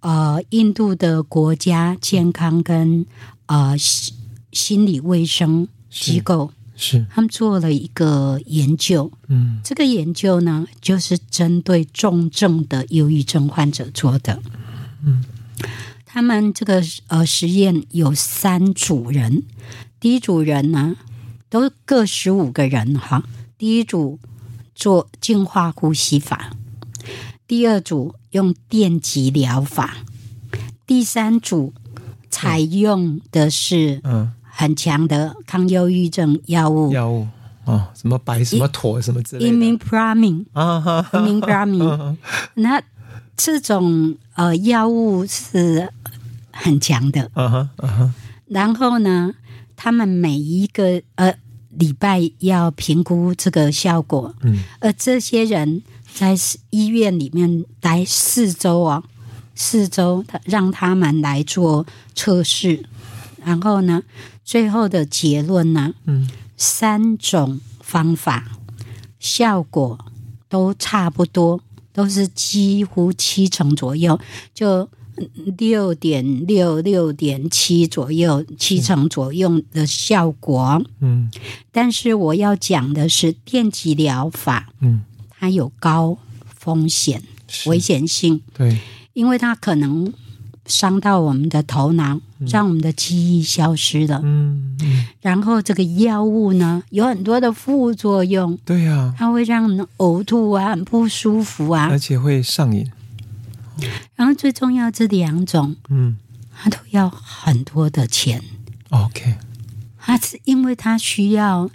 B: 呃，印度的国家健康跟呃西心理卫生机构，
A: 是，
B: 他们做了一个研究。
A: 嗯
B: 这个研究呢，就是针对重症的忧郁症患者做的。嗯，他们这个呃实验有三组人，第一组人呢都各十五个人哈，第一组做净化呼吸法，第二组用电极疗法，第三组采用的是
A: 嗯，
B: 很强的抗忧郁症药物
A: 药物哦，什么白什么妥什么之类的
B: imipramine。
A: 啊哈哈，
B: 明 g r a m i 那这种呃药物是很强的。
A: 啊哈啊哈，
B: 然后呢，他们每一个呃礼拜要评估这个效果，
A: 嗯，
B: 而这些人在医院里面待四周哦，四周他让他们来做测试，然后呢，最后的结论呢，
A: 嗯，
B: 三种方法效果都差不多，都是几乎七成左右，就六点六、六点七左右，七成左右的效果。
A: 嗯
B: 但是我要讲的是电极疗法，
A: 嗯，
B: 它有高风险、
A: 是
B: 危险性，
A: 对，
B: 因为它可能伤到我们的头脑，让我们的记忆消失了。
A: 嗯嗯，
B: 然后这个药物呢，有很多的副作用，
A: 对呀，
B: 它会让人呕吐啊，很不舒服啊
A: 而。且会上瘾，
B: 然后最重要这两种，
A: 嗯
B: 它都要很多的钱，
A: ，OK，
B: 它是因为它需要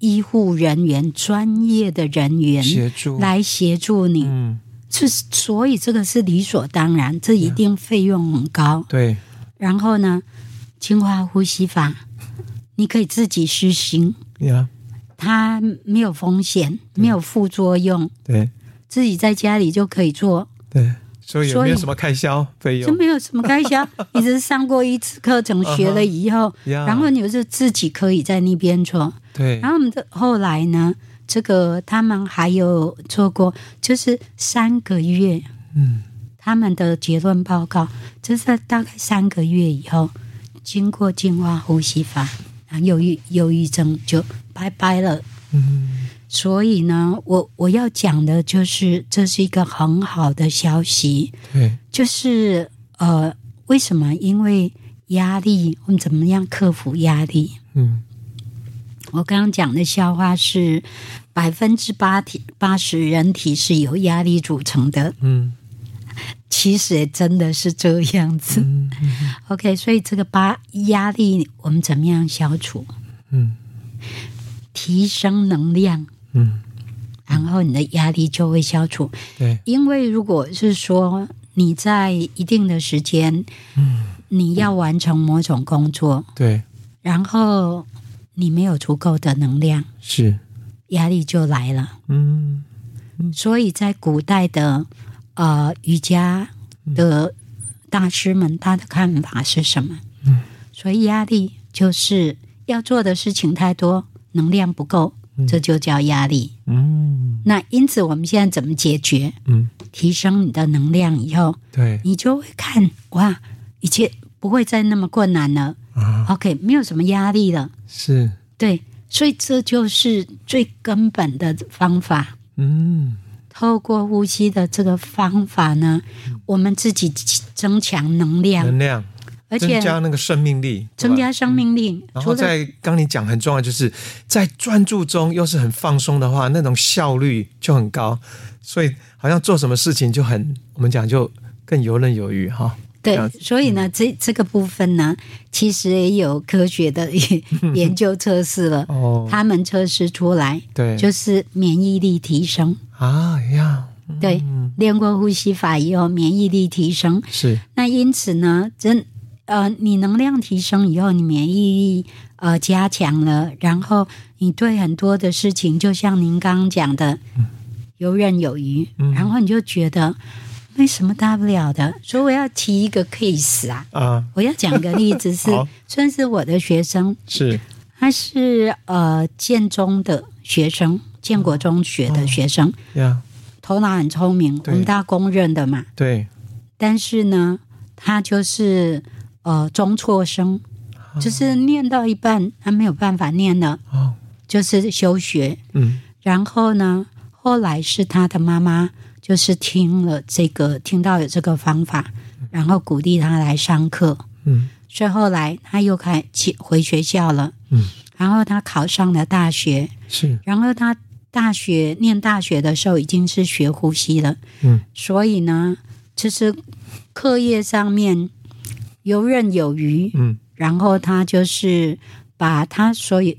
B: 医护人员、专业的人员
A: 协助，
B: 来协助你，
A: 嗯，
B: 这是所以这个是理所当然，这一定费用很高。
A: 对，
B: 然后呢，净化呼吸法，你可以自己施行，
A: 呀，
B: 它没有风险，没有副作用，
A: 对
B: 自己在家里就可以做，
A: 对，所以有
B: 所
A: 没有
B: 以
A: 什么开销费
B: 就
A: 用？
B: 没有什么开销。你只是上过一次课程，学了以后，
A: 呀
B: 然后你啊就自己可以在那边做。
A: 对
B: 然，后我们的后来呢，这个他们还有做过，就是三个月，
A: 嗯，
B: 他们的结论报告，就是大概三个月以后，经过净化呼吸法，然后忧郁忧郁症就拜拜了。
A: 嗯
B: 所以呢，我我要讲的就是，这是一个很好的消息，
A: 对，
B: 就是呃，为什么？因为压力，我们怎么样克服压力？
A: 嗯
B: 我刚刚讲的笑话是百分之八体八十人体是由压力组成的，
A: 嗯
B: 其实也真的是这样子。
A: 嗯
B: OK，所以这个八压力我们怎么样消除？
A: 嗯
B: 提升能量，
A: 嗯，
B: 然后你的压力就会消除。
A: 对，
B: 因为如果是说你在一定的时间，你要完成某种工作，
A: 对，
B: 然后你没有足够的能量，
A: 是，
B: 压力就来了。
A: 嗯
B: 所以在古代的呃瑜伽的大师们，他的看法是什么？
A: 嗯，
B: 所以压力就是要做的事情太多，能量不够，这就叫压力。
A: 嗯
B: 那因此，我们现在怎么解决？
A: 嗯，
B: 提升你的能量以后，
A: 对
B: 你就会看哇，一切不会再那么困难了。
A: 啊，
B: OK，没有什么压力了。
A: 是，
B: 对，所以这就是最根本的方法。
A: 嗯
B: 透过呼吸的这个方法呢，
A: 嗯
B: 我们自己增强能量，
A: 能量，
B: 而
A: 增
B: 且
A: 加那个生命力，对吧
B: 增。加生命力。
A: 然后
B: 除了
A: 在刚你讲很重要，就是在专注中又是很放松的话，那种效率就很高，所以好像做什么事情就很，我们讲就更游刃有余哈。这
B: 对
A: 样，
B: 所以呢，这这个部分呢，其实也有科 学的 研究测试了，
A: 哦，
B: 他们测试出来
A: 对，
B: 就是免疫力提升。
A: 啊呀，嗯
B: 对，练过呼吸法以后，免疫力提升。
A: 是，
B: 那因此呢，真呃，你能量提升以后，你免疫力呃加强了，然后你对很多的事情，就像您刚刚讲的，
A: 嗯
B: 游刃有余，然后你就觉得没什么大不了的。所以我要提一个 case 啊，
A: 啊，
B: 我要讲个例子 是
A: 好，
B: 算是我的学生，
A: 是，
B: 他是呃建中的学生，建国中学的学生，
A: 呀，
B: 头脑很聪明，我
A: 哦对
B: 们大家公认的嘛。
A: 对，
B: 但是呢，他就是呃中辍生，就是念到一半，他没有办法念了，
A: 哦，
B: 就是休学。
A: 嗯，
B: 然后呢，后来是他的妈妈，就是听了这个，听到有这个方法，然后鼓励他来上课。
A: 嗯，
B: 所以后来他又开起回学校了。
A: 嗯，
B: 然后他考上了大学，
A: 是，
B: 然后他大学念大学的时候已经是学呼吸了。
A: 嗯，
B: 所以呢，就是课业上面游刃有余。
A: 嗯
B: 然后他就是把他所有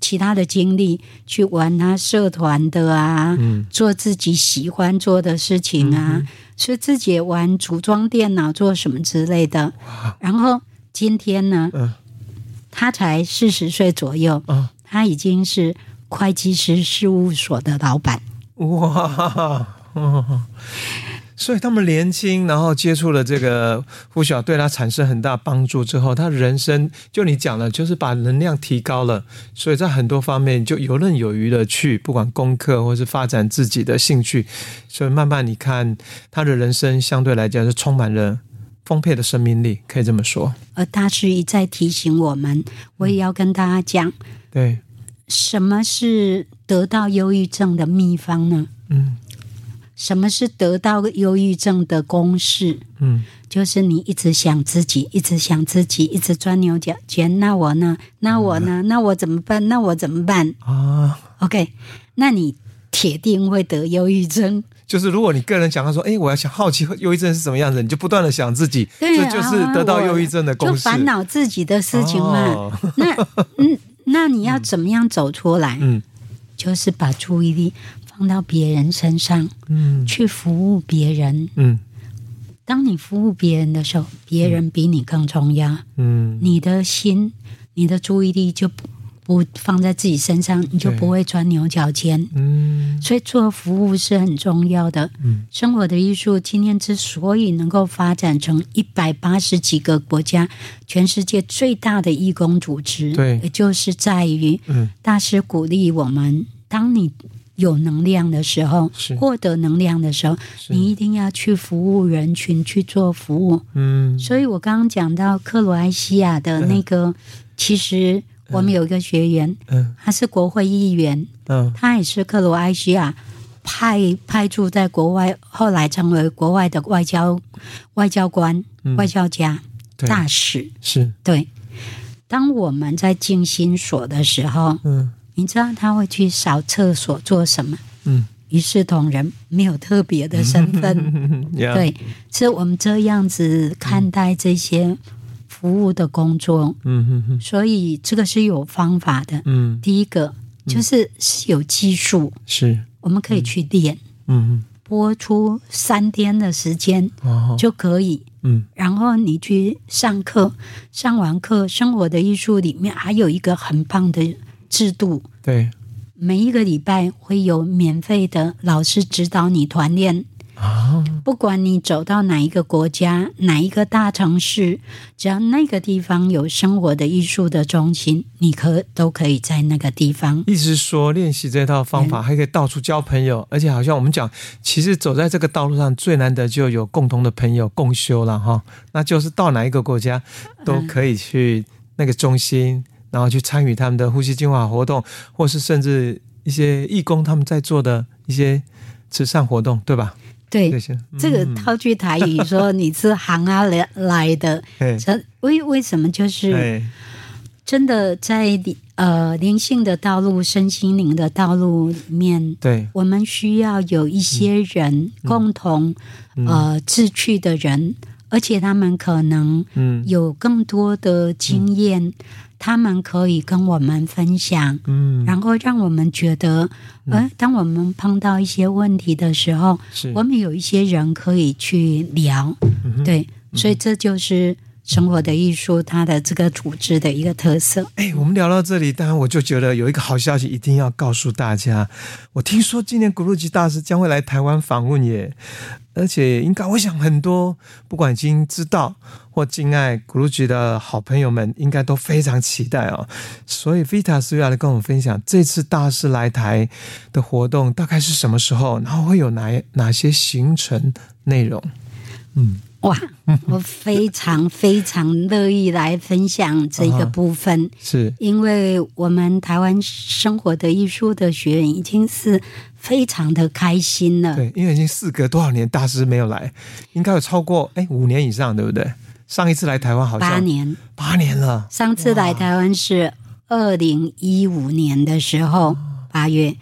B: 其他的精力去玩他社团的啊，
A: 嗯
B: 做自己喜欢做的事情啊，所以自己也玩组装电脑做什么之类的。然后今天呢，
A: 嗯
B: 他才四十岁左右，
A: 啊，
B: 他已经是会计师事务所的老板。
A: 哇，哦，所以他们年轻，然后接触了这个呼小，对他产生很大帮助之后，他人生就你讲了，就是把能量提高了，所以在很多方面就游刃有余的去，不管功课或是发展自己的兴趣，所以慢慢你看他的人生相对来讲是充满了丰沛的生命力，可以这么说，
B: 而大师一再提醒我们，我也要跟大家讲，
A: 对，
B: 什么是得到忧郁症的秘方呢？
A: 嗯
B: 什么是得到忧郁症的公式？
A: 嗯
B: 就是你一直想自己，一直想自己，一直钻牛角尖。那我呢？那我呢？那我怎么办？那我怎么办
A: 啊。
B: ？OK，那你铁定会得忧郁症。
A: 就是如果你个人想要说，哎、我要想好奇忧郁症是什么样子，你就不断的想自己，
B: 对
A: 这
B: 啊
A: 就是得到忧郁症的
B: 就
A: 公式。
B: 烦恼自己的事情嘛。
A: 哦
B: 那嗯，那你要怎么样走出来？
A: 嗯
B: 就是把注意力放到别人身上，
A: 嗯
B: 去服务别人。
A: 嗯
B: 当你服务别人的时候，别人比你更重要。
A: 嗯，
B: 你的心、你的注意力就不不放在自己身上，你就不会钻牛角尖。
A: 嗯
B: 所以做服务是很重要的。
A: 嗯，
B: 生活的艺术今天之所以能够发展成一百八十几个国家、全世界最大的义工组织，
A: 对
B: 也就是在于
A: 嗯
B: 大师鼓励我们：当你有能量的时候
A: 是，
B: 获得能量的时候，
A: 是
B: 你一定要去服务人群，去做服务。
A: 嗯
B: 所以我刚刚讲到克罗埃西亚的那个，其实我们有一个学员，
A: 嗯
B: 他是国会议员，
A: 嗯
B: 他也是克罗埃西亚派派驻在国外，后来成为国外的外交外交官、
A: 嗯
B: 外交家、
A: 对
B: 大使。
A: 是
B: 对，当我们在静心所的时候，
A: 嗯
B: 你知道他会去扫厕所做什么？
A: 嗯
B: 一视同仁，没有特别的身份。
A: 嗯呀
B: 对，是我们这样子看待这些服务的工作，
A: 嗯嗯嗯
B: 所以这个是有方法的。
A: 嗯
B: 第一个就是是有技术，
A: 是
B: 我们可以去练，
A: 嗯
B: 播出三天的时间
A: 嗯哦
B: 就可以。
A: 嗯
B: 然后你去上课，上完课，生活的艺术里面还有一个很棒的制度，
A: 对
B: 每一个礼拜会有免费的老师指导你团练。
A: 啊
B: 不管你走到哪一个国家、哪一个大城市，只要那个地方有生活的艺术的中心，你可都可以在那个地方。
A: 意思是说，练习这套方
B: 嗯
A: 法还可以到处交朋友，而且好像我们讲，其实走在这个道路上最难得就有共同的朋友共修了哈。那就是到哪一个国家都可以去那个中心，然后去参与他们的呼吸净化活动，或是甚至一些义工他们在做的一些慈善活动，对吧？这
B: 对，
A: 些，嗯
B: 这个套句台语说你是行啊来来的，
A: 哎
B: 这为为什么就是
A: 哎
B: 真的在呃灵性的道路、身心灵的道路里面，
A: 对，
B: 我们需要有一些
A: 嗯
B: 人共同、呃志趣的人，而且他们可能
A: 嗯
B: 有更多的经验，他们可以跟我们分享，
A: 嗯，
B: 然后让我们觉得，呃，当我们碰到一些问题的时候，
A: 是
B: 我们有一些人可以去聊，
A: 嗯嗯哼
B: 对，所以这就是生活的艺术它的这个组织的一个特色。
A: 哎，我们聊到这里，当然我就觉得有一个好消息一定要告诉大家。我听说今年古鲁吉大师将会来台湾访问耶，而且应该我想很多不管已经知道或敬爱古鲁吉的好朋友们，应该都非常期待哦。所以 Vita 是要来跟我们分享这次大师来台的活动大概是什么时候，然后会有哪哪些行程内容？嗯
B: 哇，我非常非常乐意来分享这一
A: 啊
B: 个部分，
A: 是
B: 因为我们台湾生活的艺术的学员已经是非常的开心了。
A: 对，因为已经事隔多少年大师没有来，应该有超过哎五年以上，对不对？上一次来台湾好像
B: 八年，
A: 八年了，
B: 上次来台湾是二零一五年的时候。八月，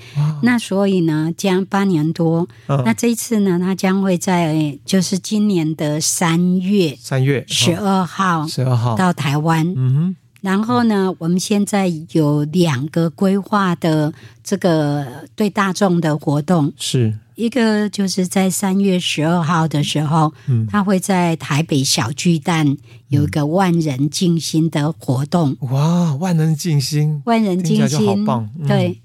B: 那所以呢，将八年多。
A: 嗯
B: 那这一次呢，它将会在呃就是今年的三月
A: 三月
B: 十二号
A: 十二号，
B: 到台湾。
A: 嗯
B: 然后呢，我们现在有两个规划的这个对大众的活动
A: 哼，，是
B: 一个就是在三月十二号的时候，
A: 嗯
B: 他会在台北小巨蛋有一个万人静心的活动。
A: 哇，万人静心，
B: 万人
A: 听
B: 静
A: 起来就好
B: 心，
A: 棒嗯
B: 对。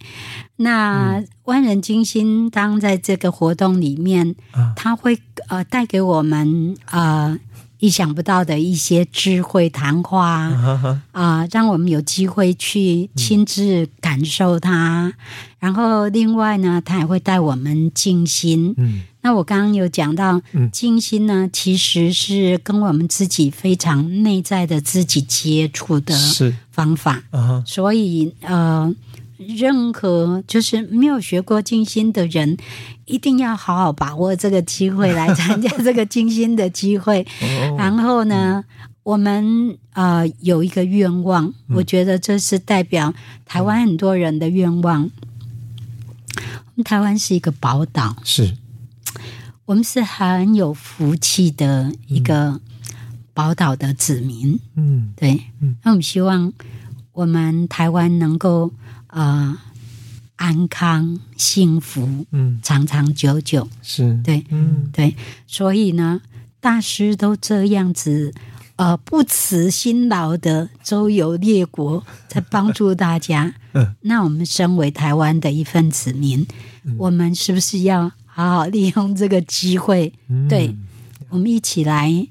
B: 那万人静心，当在这个活动里面，
A: 啊
B: 它会呃带给我们呃意想不到的一些智慧谈话啊，
A: 哈哈，
B: 啊、让我们有机会去亲自感受它。然后另外呢，它也会带我们静心。
A: 嗯
B: 那我刚刚有讲到
A: 嗯，
B: 静心呢，其实是跟我们自己非常内在的自己接触的
A: 是
B: 方法。
A: 啊哈，
B: 所以呃，任何就是没有学过静心的人，一定要好好把握这个机会来参加这个静心的机会。
A: 哦嗯
B: 然后呢，我们呃有一个愿望，我觉得这是代表台湾很多人的愿望。我们台湾是一个宝岛，
A: 是
B: 我们是很有福气的一个宝岛的子民。
A: 嗯
B: 对
A: 嗯，
B: 那我们希望我们台湾能够呃安康、幸福、
A: 嗯
B: 长长久久。
A: 是
B: 对
A: 嗯。
B: 对，所以呢，大师都这样子。呃，不辞辛劳的周游列国，在帮助大家
A: 嗯，
B: 那我们身为台湾的一份子民，我们是不是要好好利用这个机会？
A: 嗯
B: 对，我们一起来，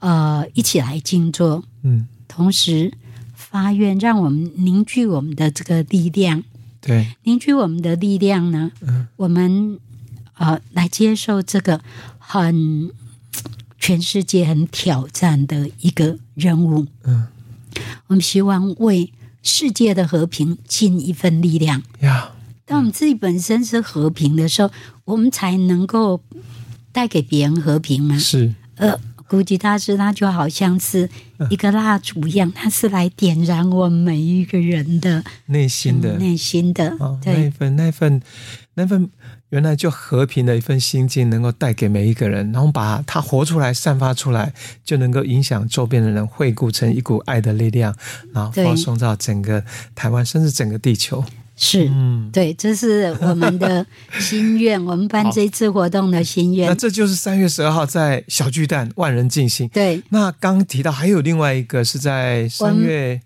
B: 呃，一起来静坐，
A: 嗯
B: 同时发愿，让我们凝聚我们的这个力量，
A: 对
B: 凝聚我们的力量呢，
A: 嗯
B: 我们呃来接受这个很全世界很挑战的一个任务。
A: 嗯
B: 我们希望为世界的和平尽一份力量。
A: 呀
B: 当我们自己本身是和平的时候，我们才能够带给别人和平嘛。
A: 是
B: 呃，古吉大师他就好像是
A: 嗯
B: 一个蜡烛一样，他是来点燃我们每一个人的嗯
A: 内心的
B: 内心的
A: 哦，那一
B: 对
A: 份那一份那份原来就和平的一份心境，能够带给每一个人，然后把它活出来、散发出来，就能够影响周边的人，汇聚成一股爱的力量，然后
B: 对
A: 放送到整个台湾，甚至整个地球。
B: 是。
A: 嗯，
B: 对，这是我们的心愿，我们办这次活动的心
A: 那
B: 愿。
A: 这就是三月十二号在小巨蛋万人静心。
B: 对，
A: 那刚提到还有另外一个是在三月，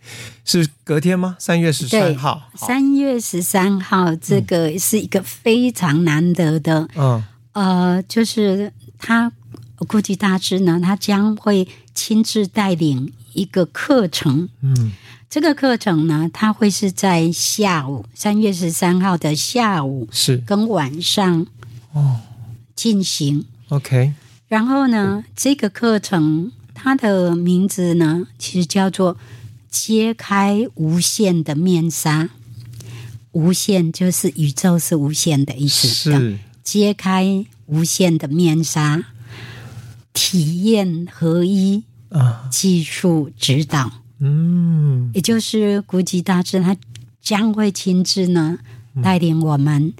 A: 是隔天吗？三月十三
B: 对
A: 号。好
B: 三月十三号，这个是一个非常难得的，
A: 嗯
B: 呃，就是他估计大师呢，他将会亲自带领一个课程，
A: 嗯
B: 这个课程呢，它会是在下午三月十三号的下午
A: 是
B: 跟晚上
A: 哦
B: 进行。
A: OK
B: 然后呢，这个课程它的名字呢，其实叫做“揭开无限的面纱”。无限就是宇宙是无限的意思，
A: 是
B: 揭开无限的面纱，体验合一
A: 啊
B: 技术指导。
A: 嗯
B: 也就是古籍大师，他将会亲自呢
A: 嗯
B: 带领我们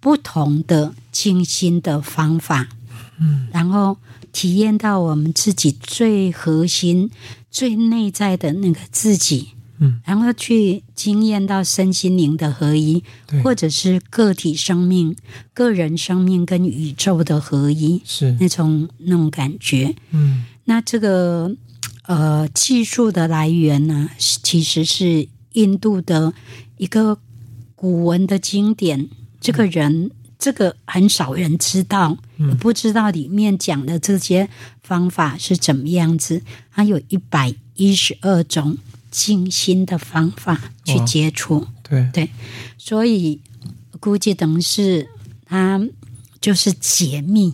B: 不同的静心的方法，嗯，然后体验到我们自己最核心、最内在的那个自己，
A: 嗯，
B: 然后去经验到身心灵的合一
A: 对，
B: 或者是个体生命、个人生命跟宇宙的合一，
A: 是
B: 那种那种感觉，
A: 嗯
B: 那这个呃技术的来源呢，是其实是印度的一个古文的经典。这个人，这个很少人知道，也不知道里面讲的这些方法是怎么样子。它有一百一十二种静心的方法去
A: 哇
B: 接触。
A: 对
B: 对，所以估计等于是他就是解密，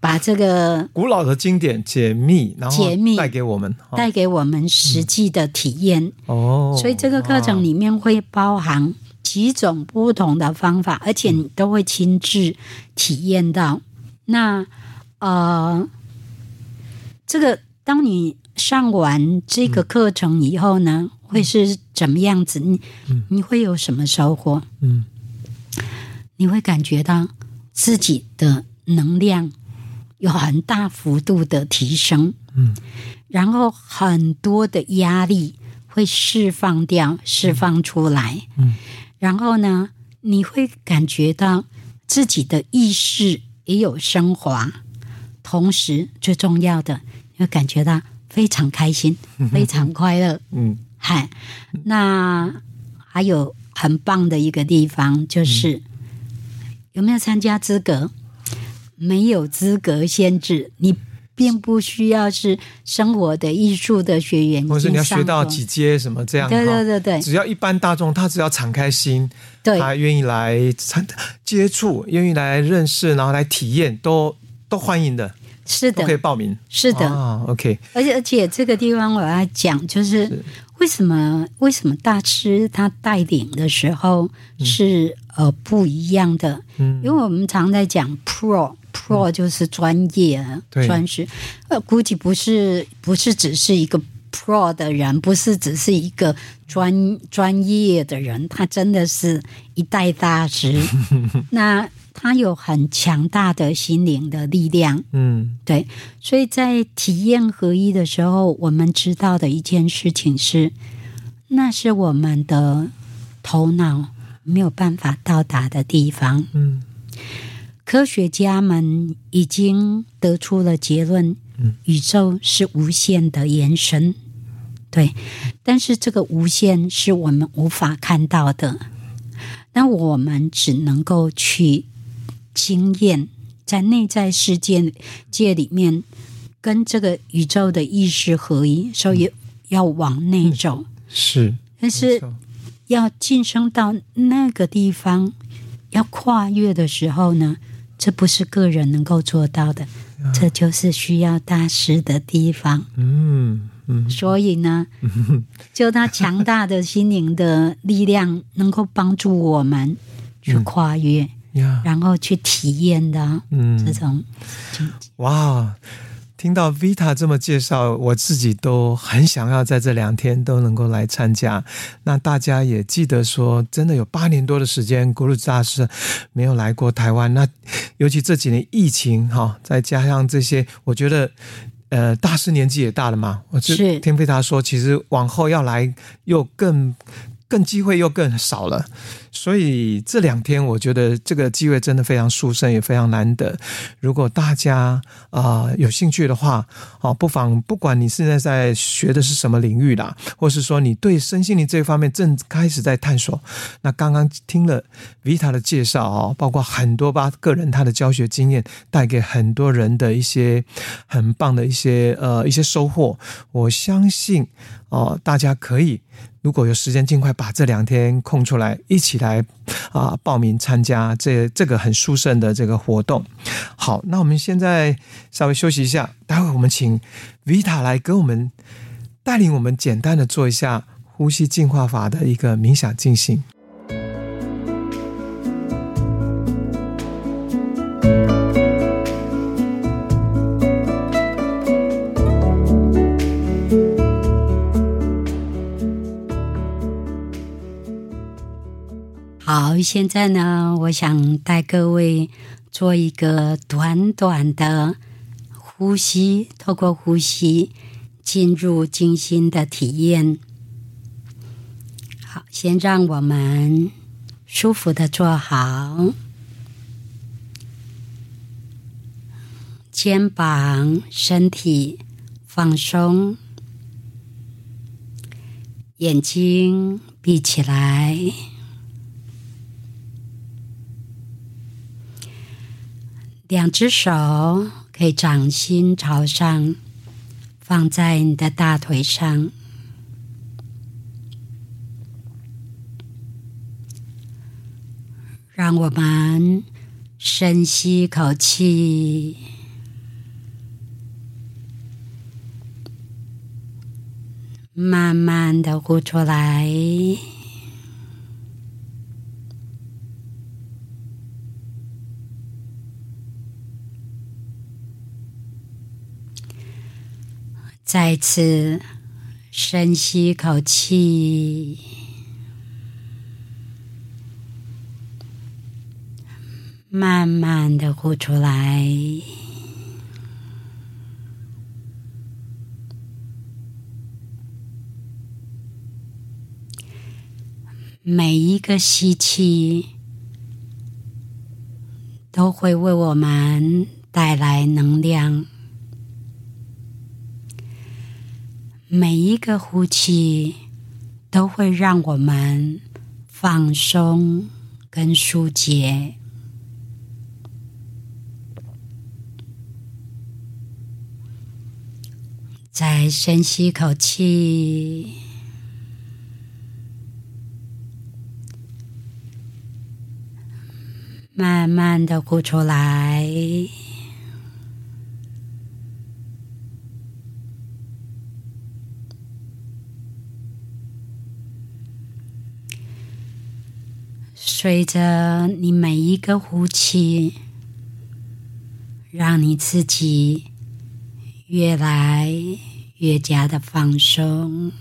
B: 把这个
A: 古老的经典解密，然后
B: 解密
A: 带给我们。哦
B: 带给我们实际的体验。
A: 哦，
B: 所以这个课程里面会包含几种不同的方法，而且你都会亲自体验到。那呃，这个当你上完这个课程以后呢，会是怎么样子？你你会有什么收获？
A: 嗯，
B: 你会感觉到自己的能量有很大幅度的提升，
A: 嗯，
B: 然后很多的压力会释放掉，释放出来，
A: 嗯，
B: 然后呢，你会感觉到自己的意识也有升华，同时最重要的，你会感觉到非常开 心，非常快乐，
A: 嗯
B: 嗨，那还有很棒的一个地方
A: 嗯
B: 就是，有没有参加资格？没有资格限制，你并不需要是生活的艺术的学员，
A: 或者是你要
B: 已经
A: 学
B: 上
A: 到
B: 过
A: 几阶什么这样。
B: 对
A: 哈
B: 对对对
A: 只要一般大众，他只要敞开心，
B: 对
A: 他愿意来参接触，愿意来认识，然后来体验，都都欢迎的，
B: 是
A: 都可以
B: 的，
A: 报名。
B: 是的，
A: 啊，OK，
B: 而且而且这个地方我要讲，就是为什么为什么大师他带领的时候是、呃不一样的，
A: 嗯
B: 因为我们常在讲 pro。Pro 就是专业、啊
A: 对
B: 专师，呃，估计不是不是只是一个 Pro 的人，不是只是一个专专业的人，他真的是一代 大师。那他有很强大的心灵的力量，
A: 嗯
B: 对，所以在体验合一的时候，我们知道的一件事情是，那是我们的头脑没有办法到达的地方。
A: 嗯
B: 科学家们已经得出了结论，宇宙是无限的延伸。对，但是这个无限是我们无法看到的，那我们只能够去经验，在内在世界界里面跟这个宇宙的意识合一，所以要往内走。
A: 是嗯
B: 但
A: 没
B: 是
A: 错
B: 要晋升到那个地方，要跨越的时候呢，这不是个人能够做到的，这就是需要大师的地方。
A: 嗯嗯
B: 所以 呢，就他强大的心灵的力量，能够帮助我们去跨越，
A: 呀
B: 然后去体验到这
A: 嗯
B: 种。
A: 哇。听到 Vita 这么介绍，我自己都很想要在这两天都能够来参加。那大家也记得说，真的有八年多的时间，古鲁大师没有来过台湾。那尤其这几年疫情哈、再加上这些，我觉得。呃，大师年纪也大了嘛，我就是听贝塔说，其实往后要来又更更机会又更少了，所以这两天我觉得这个机会真的非常殊胜，也非常难得。如果大家啊、呃有兴趣的话，哦，不妨不管你现在在学的是什么领域啦，或是说你对身心灵这一方面正开始在探索，那刚刚听了 Vita 的介绍哦，包括很多吧个人他的教学经验带给很多人的一些很棒的一些呃一些收获。我相信哦、大家可以如果有时间，尽快把这两天空出来，一起来啊、报名参加这这个很殊胜的这个活动。好，那我们现在稍微休息一下，待会我们请 Vita 来跟我们带领我们简单的做一下呼吸净化法的一个冥想进行。
B: 好，现在呢，我想带各位做一个短短的呼吸，透过呼吸进入静心的体验。好，先让我们舒服的坐好，肩膀、身体放松，眼睛闭起来。两只手可以掌心朝上，放在你的大腿上。让我们深吸一口气，慢慢的呼出来，再次深吸一口气，慢慢的呼出来。每一个吸气都会为我们带来能量，每一个呼气都会让我们放松跟疏解。再深吸一口气。慢慢的呼出来，随着你每一个呼气，让你自己越来越加的放松。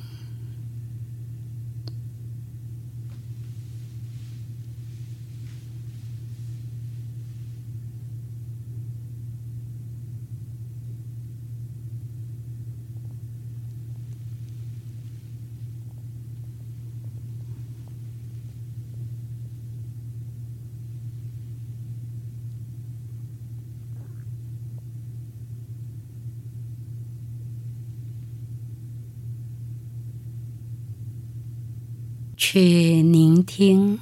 B: 去聆听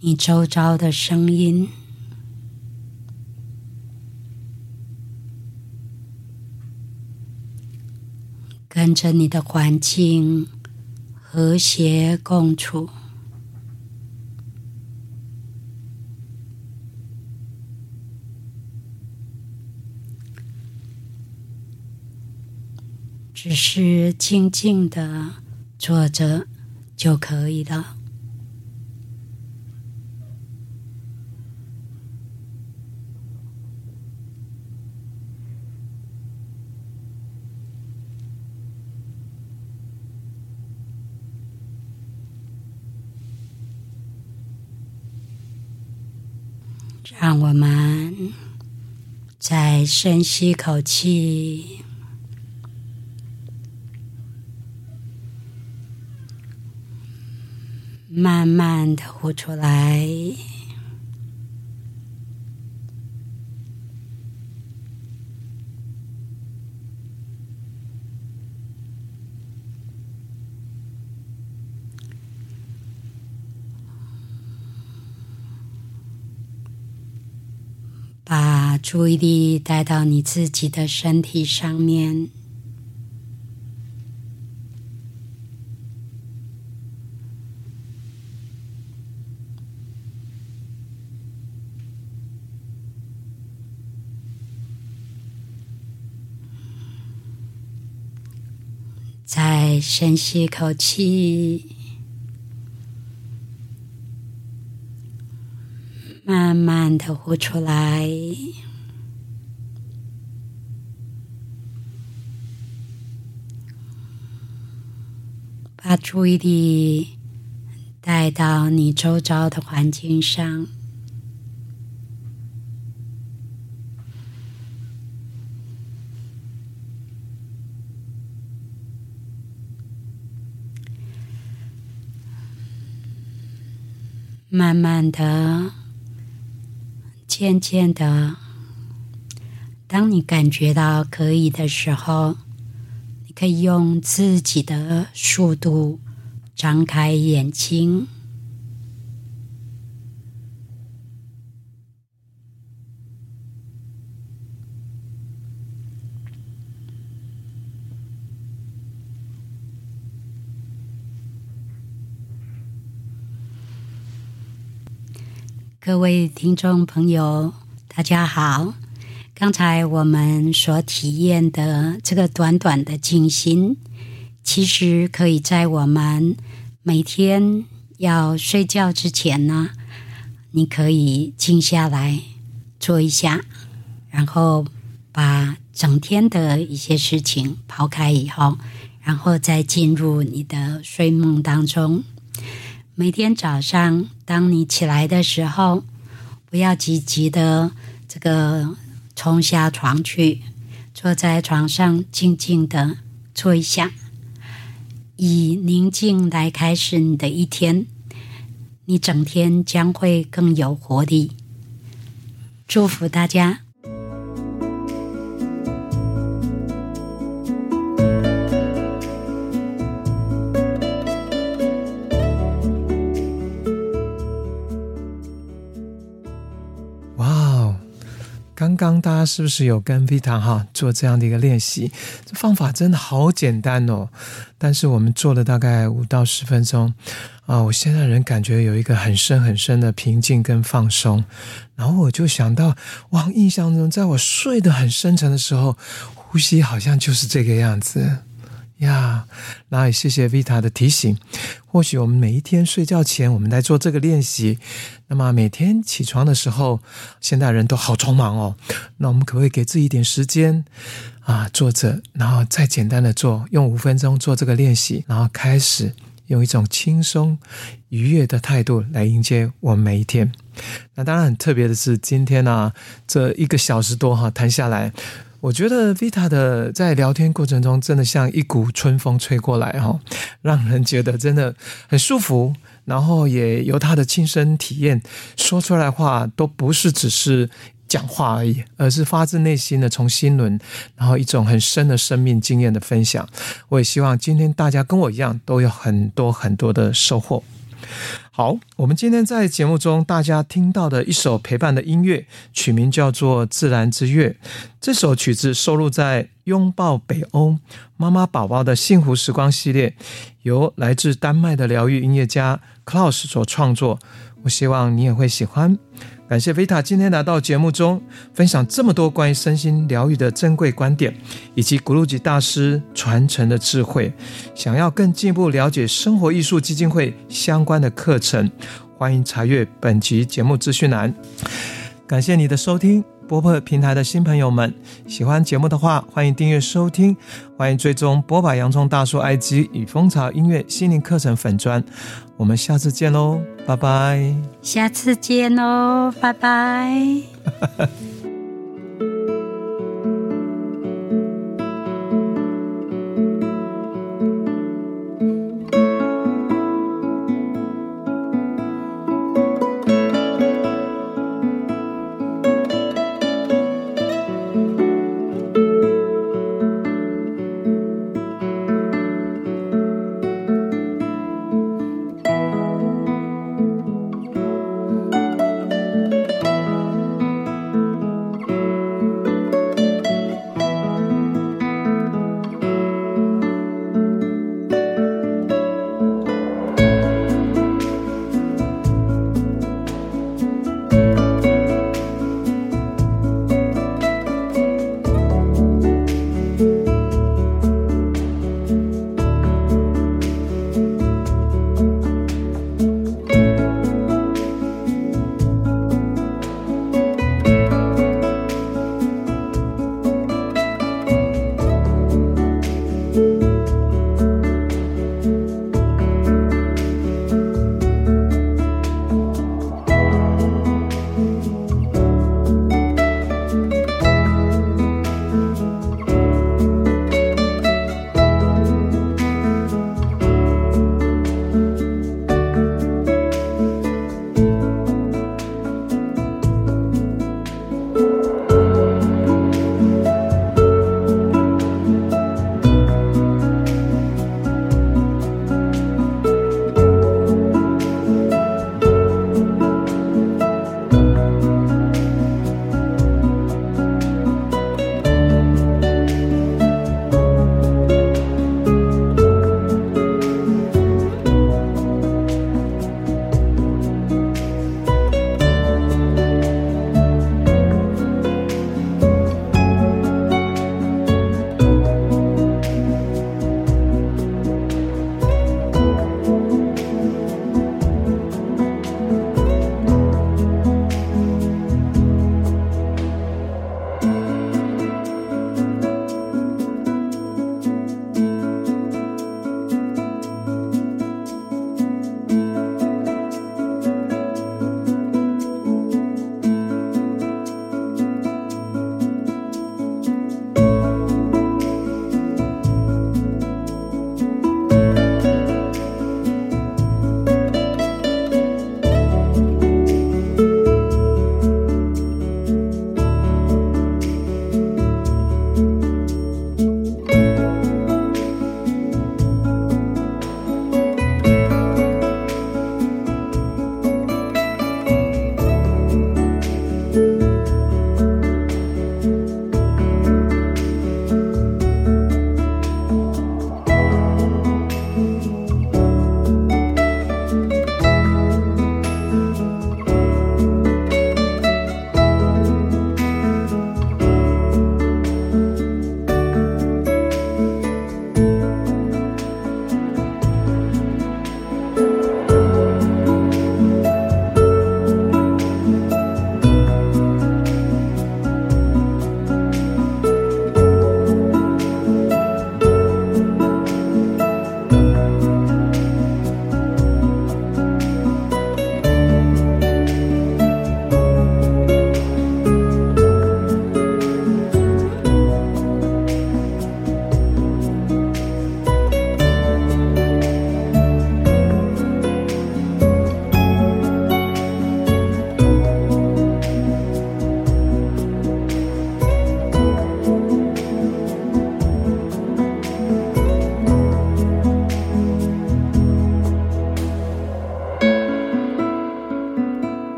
B: 你周遭的声音，跟着你的环境和谐共处。只是静静的坐着。就可以了。让我们再深吸一口气。慢慢的呼出来，把注意力带到你自己的身体上面。再深吸一口气，慢慢的呼出来。把注意力带到你周遭的环境上，慢慢的、渐渐的，当你感觉到可以的时候，你可以用自己的速度张开眼睛。各位听众朋友，大家好。刚才我们所体验的这个短短的静心，其实可以在我们每天要睡觉之前呢，你可以静下来做一下，然后把整天的一些事情抛开以后，然后再进入你的睡梦当中。每天早上，当你起来的时候，不要急急的这个冲下床去，坐在床上静静的坐一下，以宁静来开始你的一天，你整天将会更有活力。祝福大家。
A: 哇哦！刚刚大家是不是有跟 Vita 哈做这样的一个练习？这方法真的好简单哦，但是我们做了大概五到十分钟啊，我现在人感觉有一个很深很深的平静跟放松，然后我就想到，哇，印象中在我睡得很深沉的时候，呼吸好像就是这个样子。呀，那也谢谢 Vita 的提醒。或许我们每一天睡觉前，我们来做这个练习。那么每天起床的时候，现代人都好匆忙哦。那我们可不可以给自己一点时间啊？坐着，然后再简单的做，用五分钟做这个练习，然后开始用一种轻松愉悦的态度来迎接我们每一天。那当然很特别的是，今天呢、啊，这一个小时多哈、谈下来，我觉得 Vita 的在聊天过程中，真的像一股春风吹过来哈、让人觉得真的很舒服。然后也由他的亲身体验说出来的话，都不是只是讲话而已，而是发自内心的从心轮，然后一种很深的生命经验的分享。我也希望今天大家跟我一样，都有很多很多的收获。好，我们今天在节目中大家听到的一首陪伴的音乐，曲名叫做《自然之乐》。这首曲子收录在《拥抱北欧妈妈宝宝的幸福时光》系列，由来自丹麦的疗愈音乐家 Klaus 所创作。我希望你也会喜欢。感谢维塔今天来到节目中，分享这么多关于身心疗愈的珍贵观点，以及古鲁吉大师传承的智慧。想要更进一步了解生活艺术基金会相关的课程，欢迎查阅本集节目资讯栏。感谢你的收听，播客平台的新朋友们，喜欢节目的话，欢迎订阅收听，欢迎追踪波把洋葱大叔 IG 与蜂巢音乐心灵课程粉砖。我们下次见喽，拜拜。
B: 下次见哦，拜拜。
A: 见。